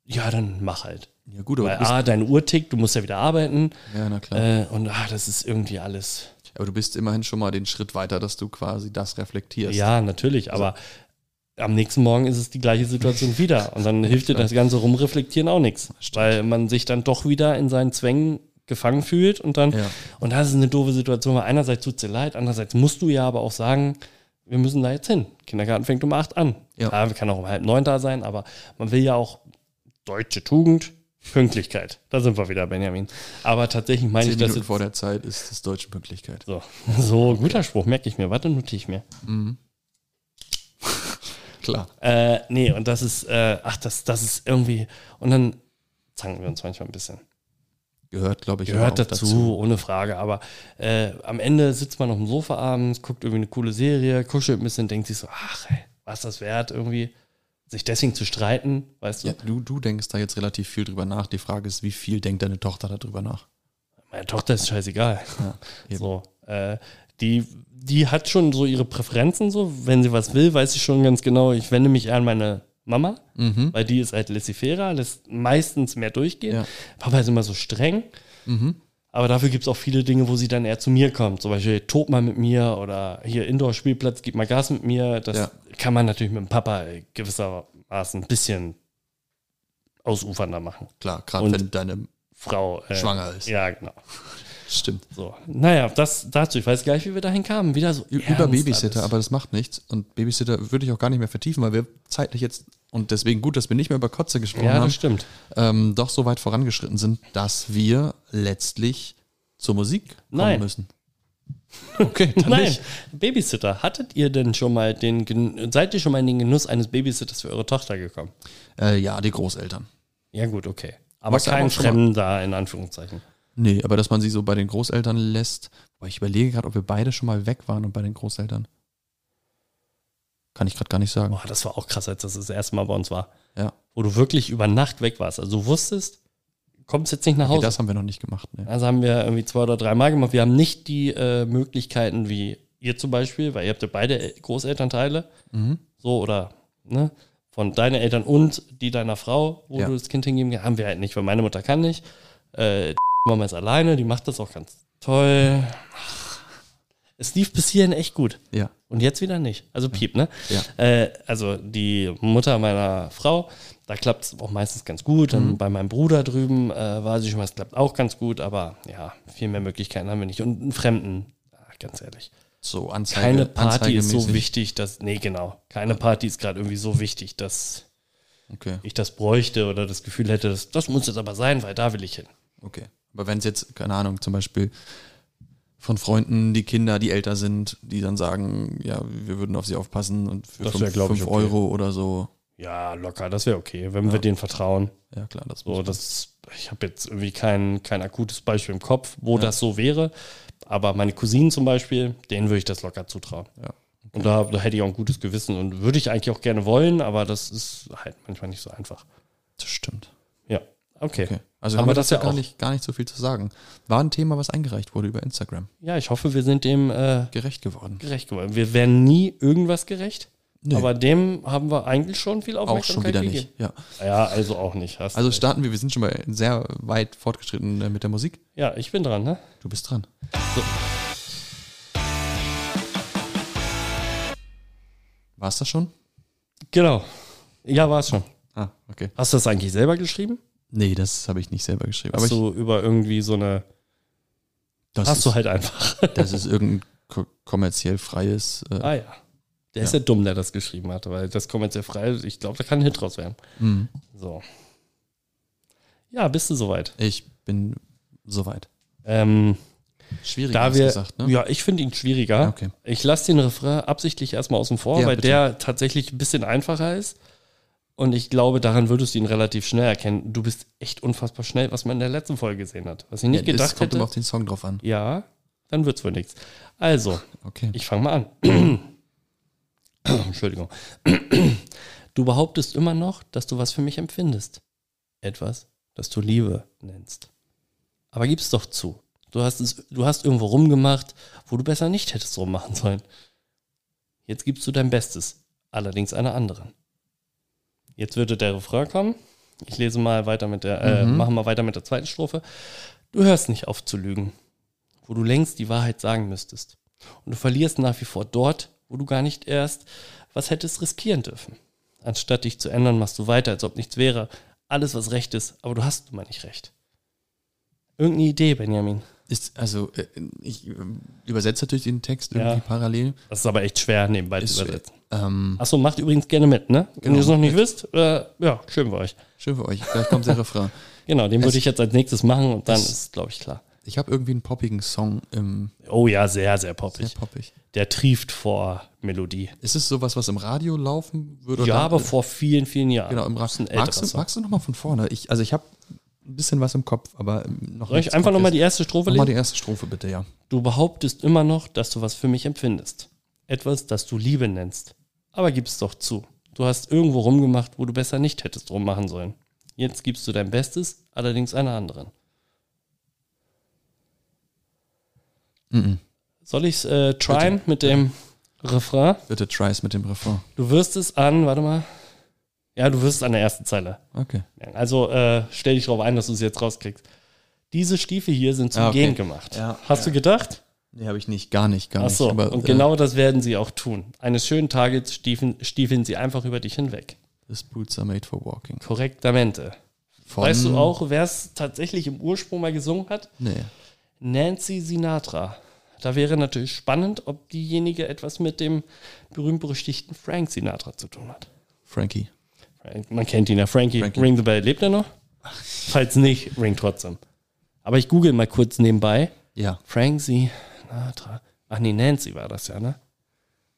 ja, dann mach halt. Ja, gut, aber Weil du bist, A, deine Uhr tickt, du musst ja wieder arbeiten. ja, na klar. Äh, und ah, das ist irgendwie alles. aber du bist immerhin schon mal den Schritt weiter, dass du quasi das reflektierst. Ja, natürlich, aber am nächsten Morgen ist es die gleiche Situation wieder. Und dann hilft dir das ganze Rumreflektieren auch nichts. Weil man sich dann doch wieder in seinen Zwängen gefangen fühlt und dann, Ja. und das ist eine doofe Situation, weil einerseits tut dir leid, andererseits musst du ja aber auch sagen, wir müssen da jetzt hin. Kindergarten fängt um acht an. Ja. Klar, wir kann auch um halb neun da sein, aber man will ja auch deutsche Tugend, Pünktlichkeit. Da sind wir wieder, Benjamin. Aber tatsächlich meine Zehn ich das Minuten jetzt vor der Zeit ist das deutsche Pünktlichkeit. so. [laughs] So, guter Spruch, merke ich mir. Warte, notiere ich mir. Klar. Äh, nee, und das ist, äh, ach, das, das ist irgendwie. Und dann zanken wir uns manchmal ein bisschen. Gehört, glaube ich, Gehört aber auch dazu, ohne Frage. Aber äh, am Ende sitzt man auf dem Sofa abends, guckt irgendwie eine coole Serie, kuschelt ein bisschen, denkt sich so, ach, ey, was das wert, irgendwie sich deswegen zu streiten, weißt du? Ja, du, du denkst da jetzt relativ viel drüber nach. Die Frage ist, wie viel denkt deine Tochter darüber nach? Meine Tochter ist scheißegal. [laughs] Ja, eben. So, äh, die, die hat schon so ihre Präferenzen, so, wenn sie was will, weiß sie schon ganz genau, ich wende mich eher an meine Mama, Mhm. weil die ist halt laissez-faire, lässt meistens mehr durchgehen. Ja. Papa ist immer so streng. Mhm. Aber dafür gibt es auch viele Dinge, wo sie dann eher zu mir kommt. Zum Beispiel, tob mal mit mir oder hier Indoor-Spielplatz, gib mal Gas mit mir. Das Ja. kann man natürlich mit dem Papa gewissermaßen ein bisschen ausufernder machen. Klar, gerade Und- wenn deine Frau. äh, schwanger ist. Ja, genau. Stimmt. So. Naja, das dazu. Ich weiß gar nicht, wie wir dahin kamen. Wieder so. Ü- Über ernst Babysitter, alles. aber das macht nichts. Und Babysitter würde ich auch gar nicht mehr vertiefen, weil wir zeitlich jetzt, und deswegen gut, dass wir nicht mehr über Kotze gesprochen Ja, das haben, stimmt. ähm, doch so weit vorangeschritten sind, dass wir letztlich zur Musik kommen Nein. müssen. Okay, [laughs] dann Nein, nicht. Babysitter. Hattet ihr denn schon mal den, Gen- seid ihr schon mal in den Genuss eines Babysitters für eure Tochter gekommen? Äh, ja, die Großeltern. Ja, gut, okay. Aber Was ja kein auch schon mal- Fremder, in Anführungszeichen. Nee, aber dass man sie so bei den Großeltern lässt. Boah, ich überlege gerade, ob wir beide schon mal weg waren und bei den Großeltern. Kann ich gerade gar nicht sagen. Boah, das war auch krass, als das das erste Mal bei uns war. Ja. Wo du wirklich über Nacht weg warst. Also du wusstest, kommst jetzt nicht nach Nee, Hause. das haben wir noch nicht gemacht. ne. Nee. also haben wir irgendwie zwei oder drei Mal gemacht. Wir haben nicht die äh, Möglichkeiten wie ihr zum Beispiel, weil ihr habt ja beide El- Großelternteile. Mhm. So oder, ne? Von deinen Eltern und die deiner Frau, wo Ja. du das Kind hingeben kannst, haben wir halt nicht, weil meine Mutter kann nicht. Äh, die [laughs] Mama ist alleine, die macht das auch ganz toll. Es lief bis hierhin echt gut. Ja. Und jetzt wieder nicht. Also piep, ne? Ja. Äh, also die Mutter meiner Frau, da klappt es auch meistens ganz gut. Dann Mhm. bei meinem Bruder drüben äh, war sie schon mal, es klappt auch ganz gut, aber ja, viel mehr Möglichkeiten haben wir nicht. Und einen Fremden, ah, ganz ehrlich. So Anzeige. Keine Party ist so anzeigemäßig. wichtig, dass. Nee, genau. Keine Party ist gerade irgendwie so wichtig, dass Okay, ich das bräuchte oder das Gefühl hätte, das, das muss jetzt aber sein, weil da will ich hin. okay. Aber wenn es jetzt, keine Ahnung, zum Beispiel von Freunden, die Kinder, die älter sind, die dann sagen, ja, wir würden auf sie aufpassen und für Das wär, 5 glaub ich, okay. Euro oder so. Ja, locker, das wäre okay, wenn wir denen vertrauen. Ja, klar, das So, das, ich habe jetzt irgendwie kein, kein akutes Beispiel im Kopf, wo das so wäre. Aber meine Cousinen zum Beispiel, denen würde ich das locker zutrauen. Ja. Und da, da hätte ich auch ein gutes Gewissen und würde ich eigentlich auch gerne wollen, aber das ist halt manchmal nicht so einfach. das stimmt. Ja, okay. Okay. Also Haben haben wir wir das das ja ja gar auch. nicht, gar nicht so viel zu sagen. War ein Thema, was eingereicht wurde über Instagram. Ja, ich hoffe, wir sind dem äh, Gerecht geworden. gerecht geworden. Wir wären nie irgendwas gerecht, Nee. aber dem haben wir eigentlich schon viel Auch schon Aufmerksamkeit wieder gegeben. nicht. Ja. Ja, also auch nicht. Hast Also recht. starten wir, wir sind schon mal sehr weit fortgeschritten äh, mit der Musik. ja, ich bin dran, ne? Du bist dran. War es das schon? Genau. Ja, war es schon. Ah, okay. Hast du das eigentlich selber geschrieben? Nee, das habe ich nicht selber geschrieben. Hast Aber ich, du über irgendwie so eine das, Hast ist, du halt einfach. das ist irgendein ko kommerziell freies. Äh, [laughs] ah ja. Der ist ja dumm, der das geschrieben hat, weil das kommerziell frei ist. Ich glaube, da kann ein Hit draus werden. mh. So. Ja, bist du soweit? Ich bin soweit. Ähm, Schwierig da wir, gesagt, ne? ja, ich finde ihn schwieriger. Okay. Ich lasse den Refrain absichtlich erstmal außen vor, Ja, weil bitte. der tatsächlich ein bisschen einfacher ist. Und ich glaube, daran würdest du ihn relativ schnell erkennen. Du bist echt unfassbar schnell, was man in der letzten Folge gesehen hat. Was ich Ja, nicht das gedacht kommt hätte. immer auf den Song drauf an. Ja, dann wird's wohl nichts. Also, Okay. Ich fange mal an. [clears throat] Entschuldigung. Du behauptest immer noch, dass du was für mich empfindest. etwas, das du Liebe nennst. Aber gib's doch zu. Du hast, es, du hast irgendwo rumgemacht, wo du besser nicht hättest rummachen sollen. Jetzt gibst du dein Bestes, allerdings einer anderen. Jetzt würde der Refrain kommen. Ich lese mal weiter mit der, äh, Mhm. machen mal weiter mit der zweiten Strophe. Du hörst nicht auf zu lügen, wo du längst die Wahrheit sagen müsstest. Und du verlierst nach wie vor dort, wo du gar nicht erst was hättest riskieren dürfen. Anstatt dich zu ändern, machst du weiter, als ob nichts wäre. Alles, was recht ist, aber du hast nun mal nicht recht. Irgendeine Idee, Benjamin. Ist, also, äh, ich äh, übersetze natürlich den Text Ja. irgendwie parallel. Das ist aber echt schwer, nebenbei Ist zu schwer. übersetzen. Ähm, Achso, macht übrigens gerne mit, ne? Wenn Genau. ihr es noch nicht wisst, äh, ja, schön für euch. schön für euch. Vielleicht [laughs] kommt der Refrain. Genau, den Es- würde ich jetzt als nächstes machen und dann es- ist, glaube ich, klar. Ich habe irgendwie einen poppigen Song im Oh ja, sehr, sehr sehr poppig. poppig. Der trieft vor Melodie. Ist es sowas, was im Radio laufen würde? ja, Oder- aber vor vielen, vielen Jahren. äh, Genau, im Das ist Radio. ein älterer Magst, du- Song. magst du nochmal von vorne? Ich, also ich habe ein bisschen was im Kopf, aber ähm, noch Soll ich einfach nochmal die erste Strophe nochmal lesen? die erste Strophe bitte, ja. Du behauptest immer noch, dass du was für mich empfindest. Etwas, das du Liebe nennst. Aber gib's doch zu. Du hast irgendwo rumgemacht, wo du besser nicht hättest rummachen sollen. Jetzt gibst du dein Bestes, allerdings einer anderen. Mhm. Soll ich's äh, tryen mit dem Refrain? Bitte tries mit dem Refrain. Du wirst es an, warte mal. Ja, du wirst es an der ersten Zeile. Okay. merken. Also äh, stell dich darauf ein, dass du es jetzt rauskriegst. Diese Stiefel hier sind zum Ah, okay. Gehen gemacht. Ja, Hast du gedacht? Nee, habe ich nicht, gar nicht, gar Ach so, nicht. Aber, und äh, genau das werden sie auch tun. Eines schönen Tages stiefeln, stiefeln sie einfach über dich hinweg. These boots are made for walking. Korrektamente. Von- Weißt du auch, wer es tatsächlich im Ursprung mal gesungen hat? Nee. Nancy Sinatra. Da wäre natürlich spannend, ob diejenige etwas mit dem berühmt-berüchtigten Frank Sinatra zu tun hat. Frankie. Frank- Man kennt ihn ja, Frankie. Frankie. Ring the Bell, lebt er noch? Falls nicht, ring trotzdem. Aber ich google mal kurz nebenbei. Ja. Frank Sinatra. Ach nee, Nancy war das ja, ne?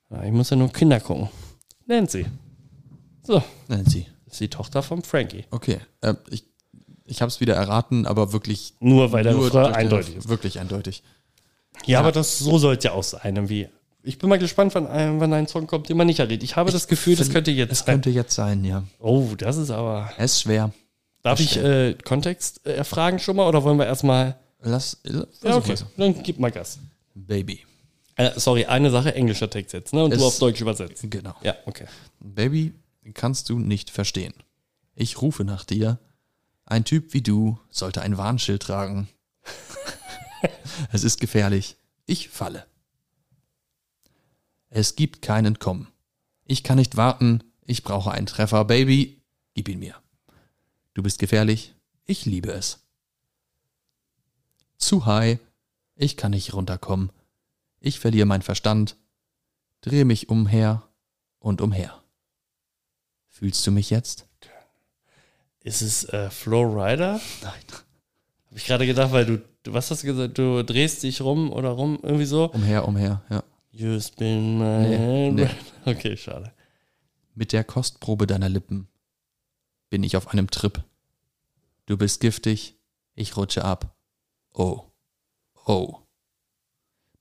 Ah, Ich muss ja nur Kinder gucken. Nancy. So, Nancy. das ist die Tochter von Frankie. Okay. Äh, ich ich habe es wieder erraten, aber wirklich Nur weil der nur Refrain durch den eindeutig Refrain- ist. Wirklich eindeutig. Ja, aber das, so soll es ja auch sein. Irgendwie. Ich bin mal gespannt, wann ein, wann ein Song kommt, den man nicht errät. Ich habe das Gefühl, das Find- könnte jetzt Es sein. könnte jetzt sein, ja. Oh, das ist aber. Es ist schwer. Darf ich äh, Kontext äh, erfragen schon mal oder wollen wir erstmal. Lass. äh, Ja, versuch okay. es. Dann gib mal Gas. Baby. Äh, sorry, eine Sache englischer Text jetzt, ne? Und Es- du auf Deutsch übersetzt. Genau. Ja, okay. Baby, kannst du nicht verstehen. Ich rufe nach dir. Ein Typ wie du sollte ein Warnschild tragen. [laughs] es ist gefährlich. Ich falle. Es gibt kein Entkommen. Ich kann nicht warten. Ich brauche einen Treffer. Baby, gib ihn mir. Du bist gefährlich. Ich liebe es. Zu high. Ich kann nicht runterkommen. Ich verliere meinen Verstand. Drehe mich umher und umher. Fühlst du mich jetzt? Ist es äh, Flow Rider? Nein. Habe ich gerade gedacht, weil du, du, was hast du gesagt? Du drehst dich rum oder rum, irgendwie so. Umher, umher, ja. You spin my Nee, head. [laughs] nee. Okay, schade. Mit der Kostprobe deiner Lippen bin ich auf einem Trip. Du bist giftig, ich rutsche ab. Oh, oh.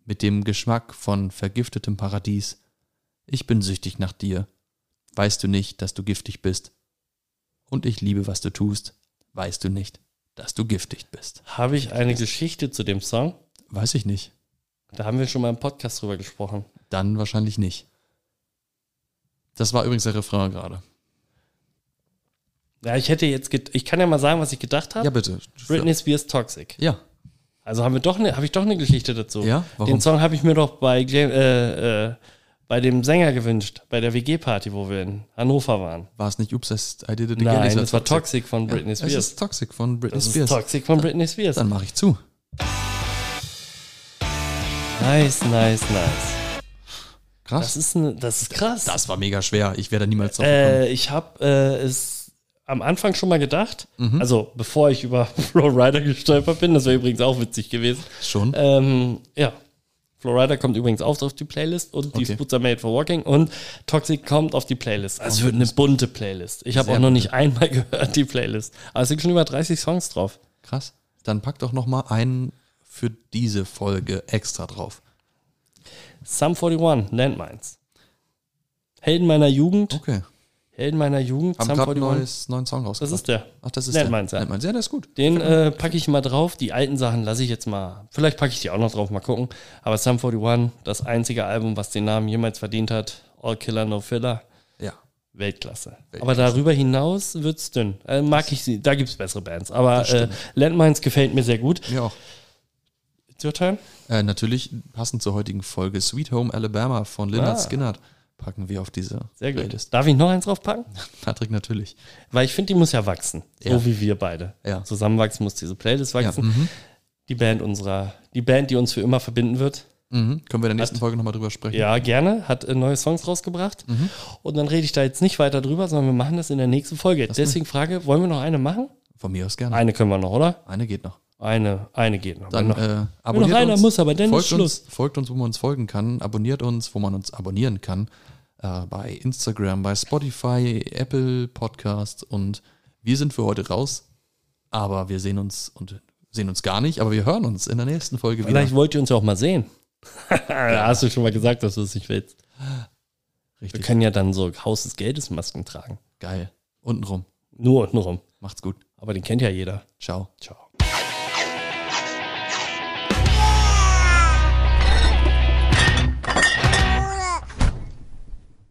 Mit dem Geschmack von vergiftetem Paradies, ich bin süchtig nach dir. Weißt du nicht, dass du giftig bist? Und ich liebe, was du tust. Weißt du nicht, dass du giftig bist? Habe ich eine Geschichte zu dem Song? Weiß ich nicht. Da haben wir schon mal im Podcast drüber gesprochen. Dann wahrscheinlich nicht. Das war übrigens der Refrain gerade. Ja, ich hätte jetzt, ged- ich kann ja mal sagen, was ich gedacht habe. Ja, bitte. Britney Spears Toxic. Ja. Also haben wir doch ne, habe ich doch eine Geschichte dazu. Ja, warum? Den Song habe ich mir doch bei Jam- äh, äh, bei dem Sänger gewünscht, bei der WG-Party, wo wir in Hannover waren. War es nicht Oops, I did it again? Nein, Ist ja das war Toxic von Britney Ja, Es Spears. ist Toxic von Britney Das ist Spears. Toxic von Britney Spears. Dann mache ich zu. Nice, nice, nice. Das Krass. ist, ne, das ist krass. Das war mega schwer. Ich werde niemals drauf gekommen. äh, ich habe äh, es am Anfang schon mal gedacht, Mhm. also bevor ich über [laughs] Flowrider gestolpert bin, das wäre übrigens auch witzig gewesen. Schon? Ähm, ja. Flowrider kommt übrigens auch auf die Playlist und die Okay. Boots are made for walking und Toxic kommt auf die Playlist. Also es wird eine bunte Playlist. Ich habe Oh, Sehr auch noch nicht einmal [laughs] gehört, die Playlist. Aber es sind schon über 30 Songs drauf. Krass. Dann pack doch noch mal einen für diese Folge extra drauf. Sum 41, Landmines. Helden meiner Jugend. Okay. Helden meiner Jugend, Haben Sum gerade 41. neues neuen Song rausgebracht. Das ist der. Ach, das ist Ned der. Mainz, ja. Ned Mainz. Ja, der ist gut. Den äh, packe ich mal drauf. Die alten Sachen lasse ich jetzt mal. Vielleicht packe ich die auch noch drauf, mal gucken. Aber Sum 41, das einzige Album, was den Namen jemals verdient hat. All Killer, No Filler. Ja. Weltklasse. Weltklasse. Aber darüber hinaus wird's dünn. Äh, mag ich sie, da gibt's bessere Bands. Aber äh, Landmines gefällt mir sehr gut. Mir auch. It's your time. Äh, natürlich passend zur heutigen Folge Sweet Home Alabama von Lynyrd Ah. Skynyrd packen wir auf diese Sehr gut. Playlist. Darf ich noch eins [laughs] draufpacken? Patrick natürlich. Weil ich finde, die muss ja wachsen. Ja. So wie wir beide. Ja. Zusammenwachsen muss diese Playlist Ja, wachsen. mhm. Die Band unserer, die Band, die uns für immer verbinden wird. Mhm. Können wir in der nächsten Folge nochmal drüber sprechen? Ja, gerne. Hat äh, neue Songs rausgebracht. Mhm. Und dann rede ich da jetzt nicht weiter drüber, sondern wir machen das in der nächsten Folge. Deswegen Frage, wollen wir noch eine machen? Von mir aus gerne. Eine können wir noch, oder? Eine geht noch. Eine, eine geht noch. Dann noch. äh, abonniert einer uns, muss, aber dann ist folgt Schluss. Uns, folgt uns, wo man uns folgen kann. Abonniert uns, wo man uns abonnieren kann. Äh, bei Instagram, bei Spotify, Apple Podcast. Und wir sind für heute raus. Aber wir sehen uns und sehen uns gar nicht, aber wir hören uns in der nächsten Folge Vielleicht wieder. wollt ihr uns ja auch mal sehen. da [laughs] hast du schon mal gesagt, dass du es nicht willst. Wir Richtig können ja dann so Haus des Geldes Masken tragen. geil. Untenrum. Nur untenrum. Macht's gut. Aber den kennt ja jeder. Ciao. Ciao.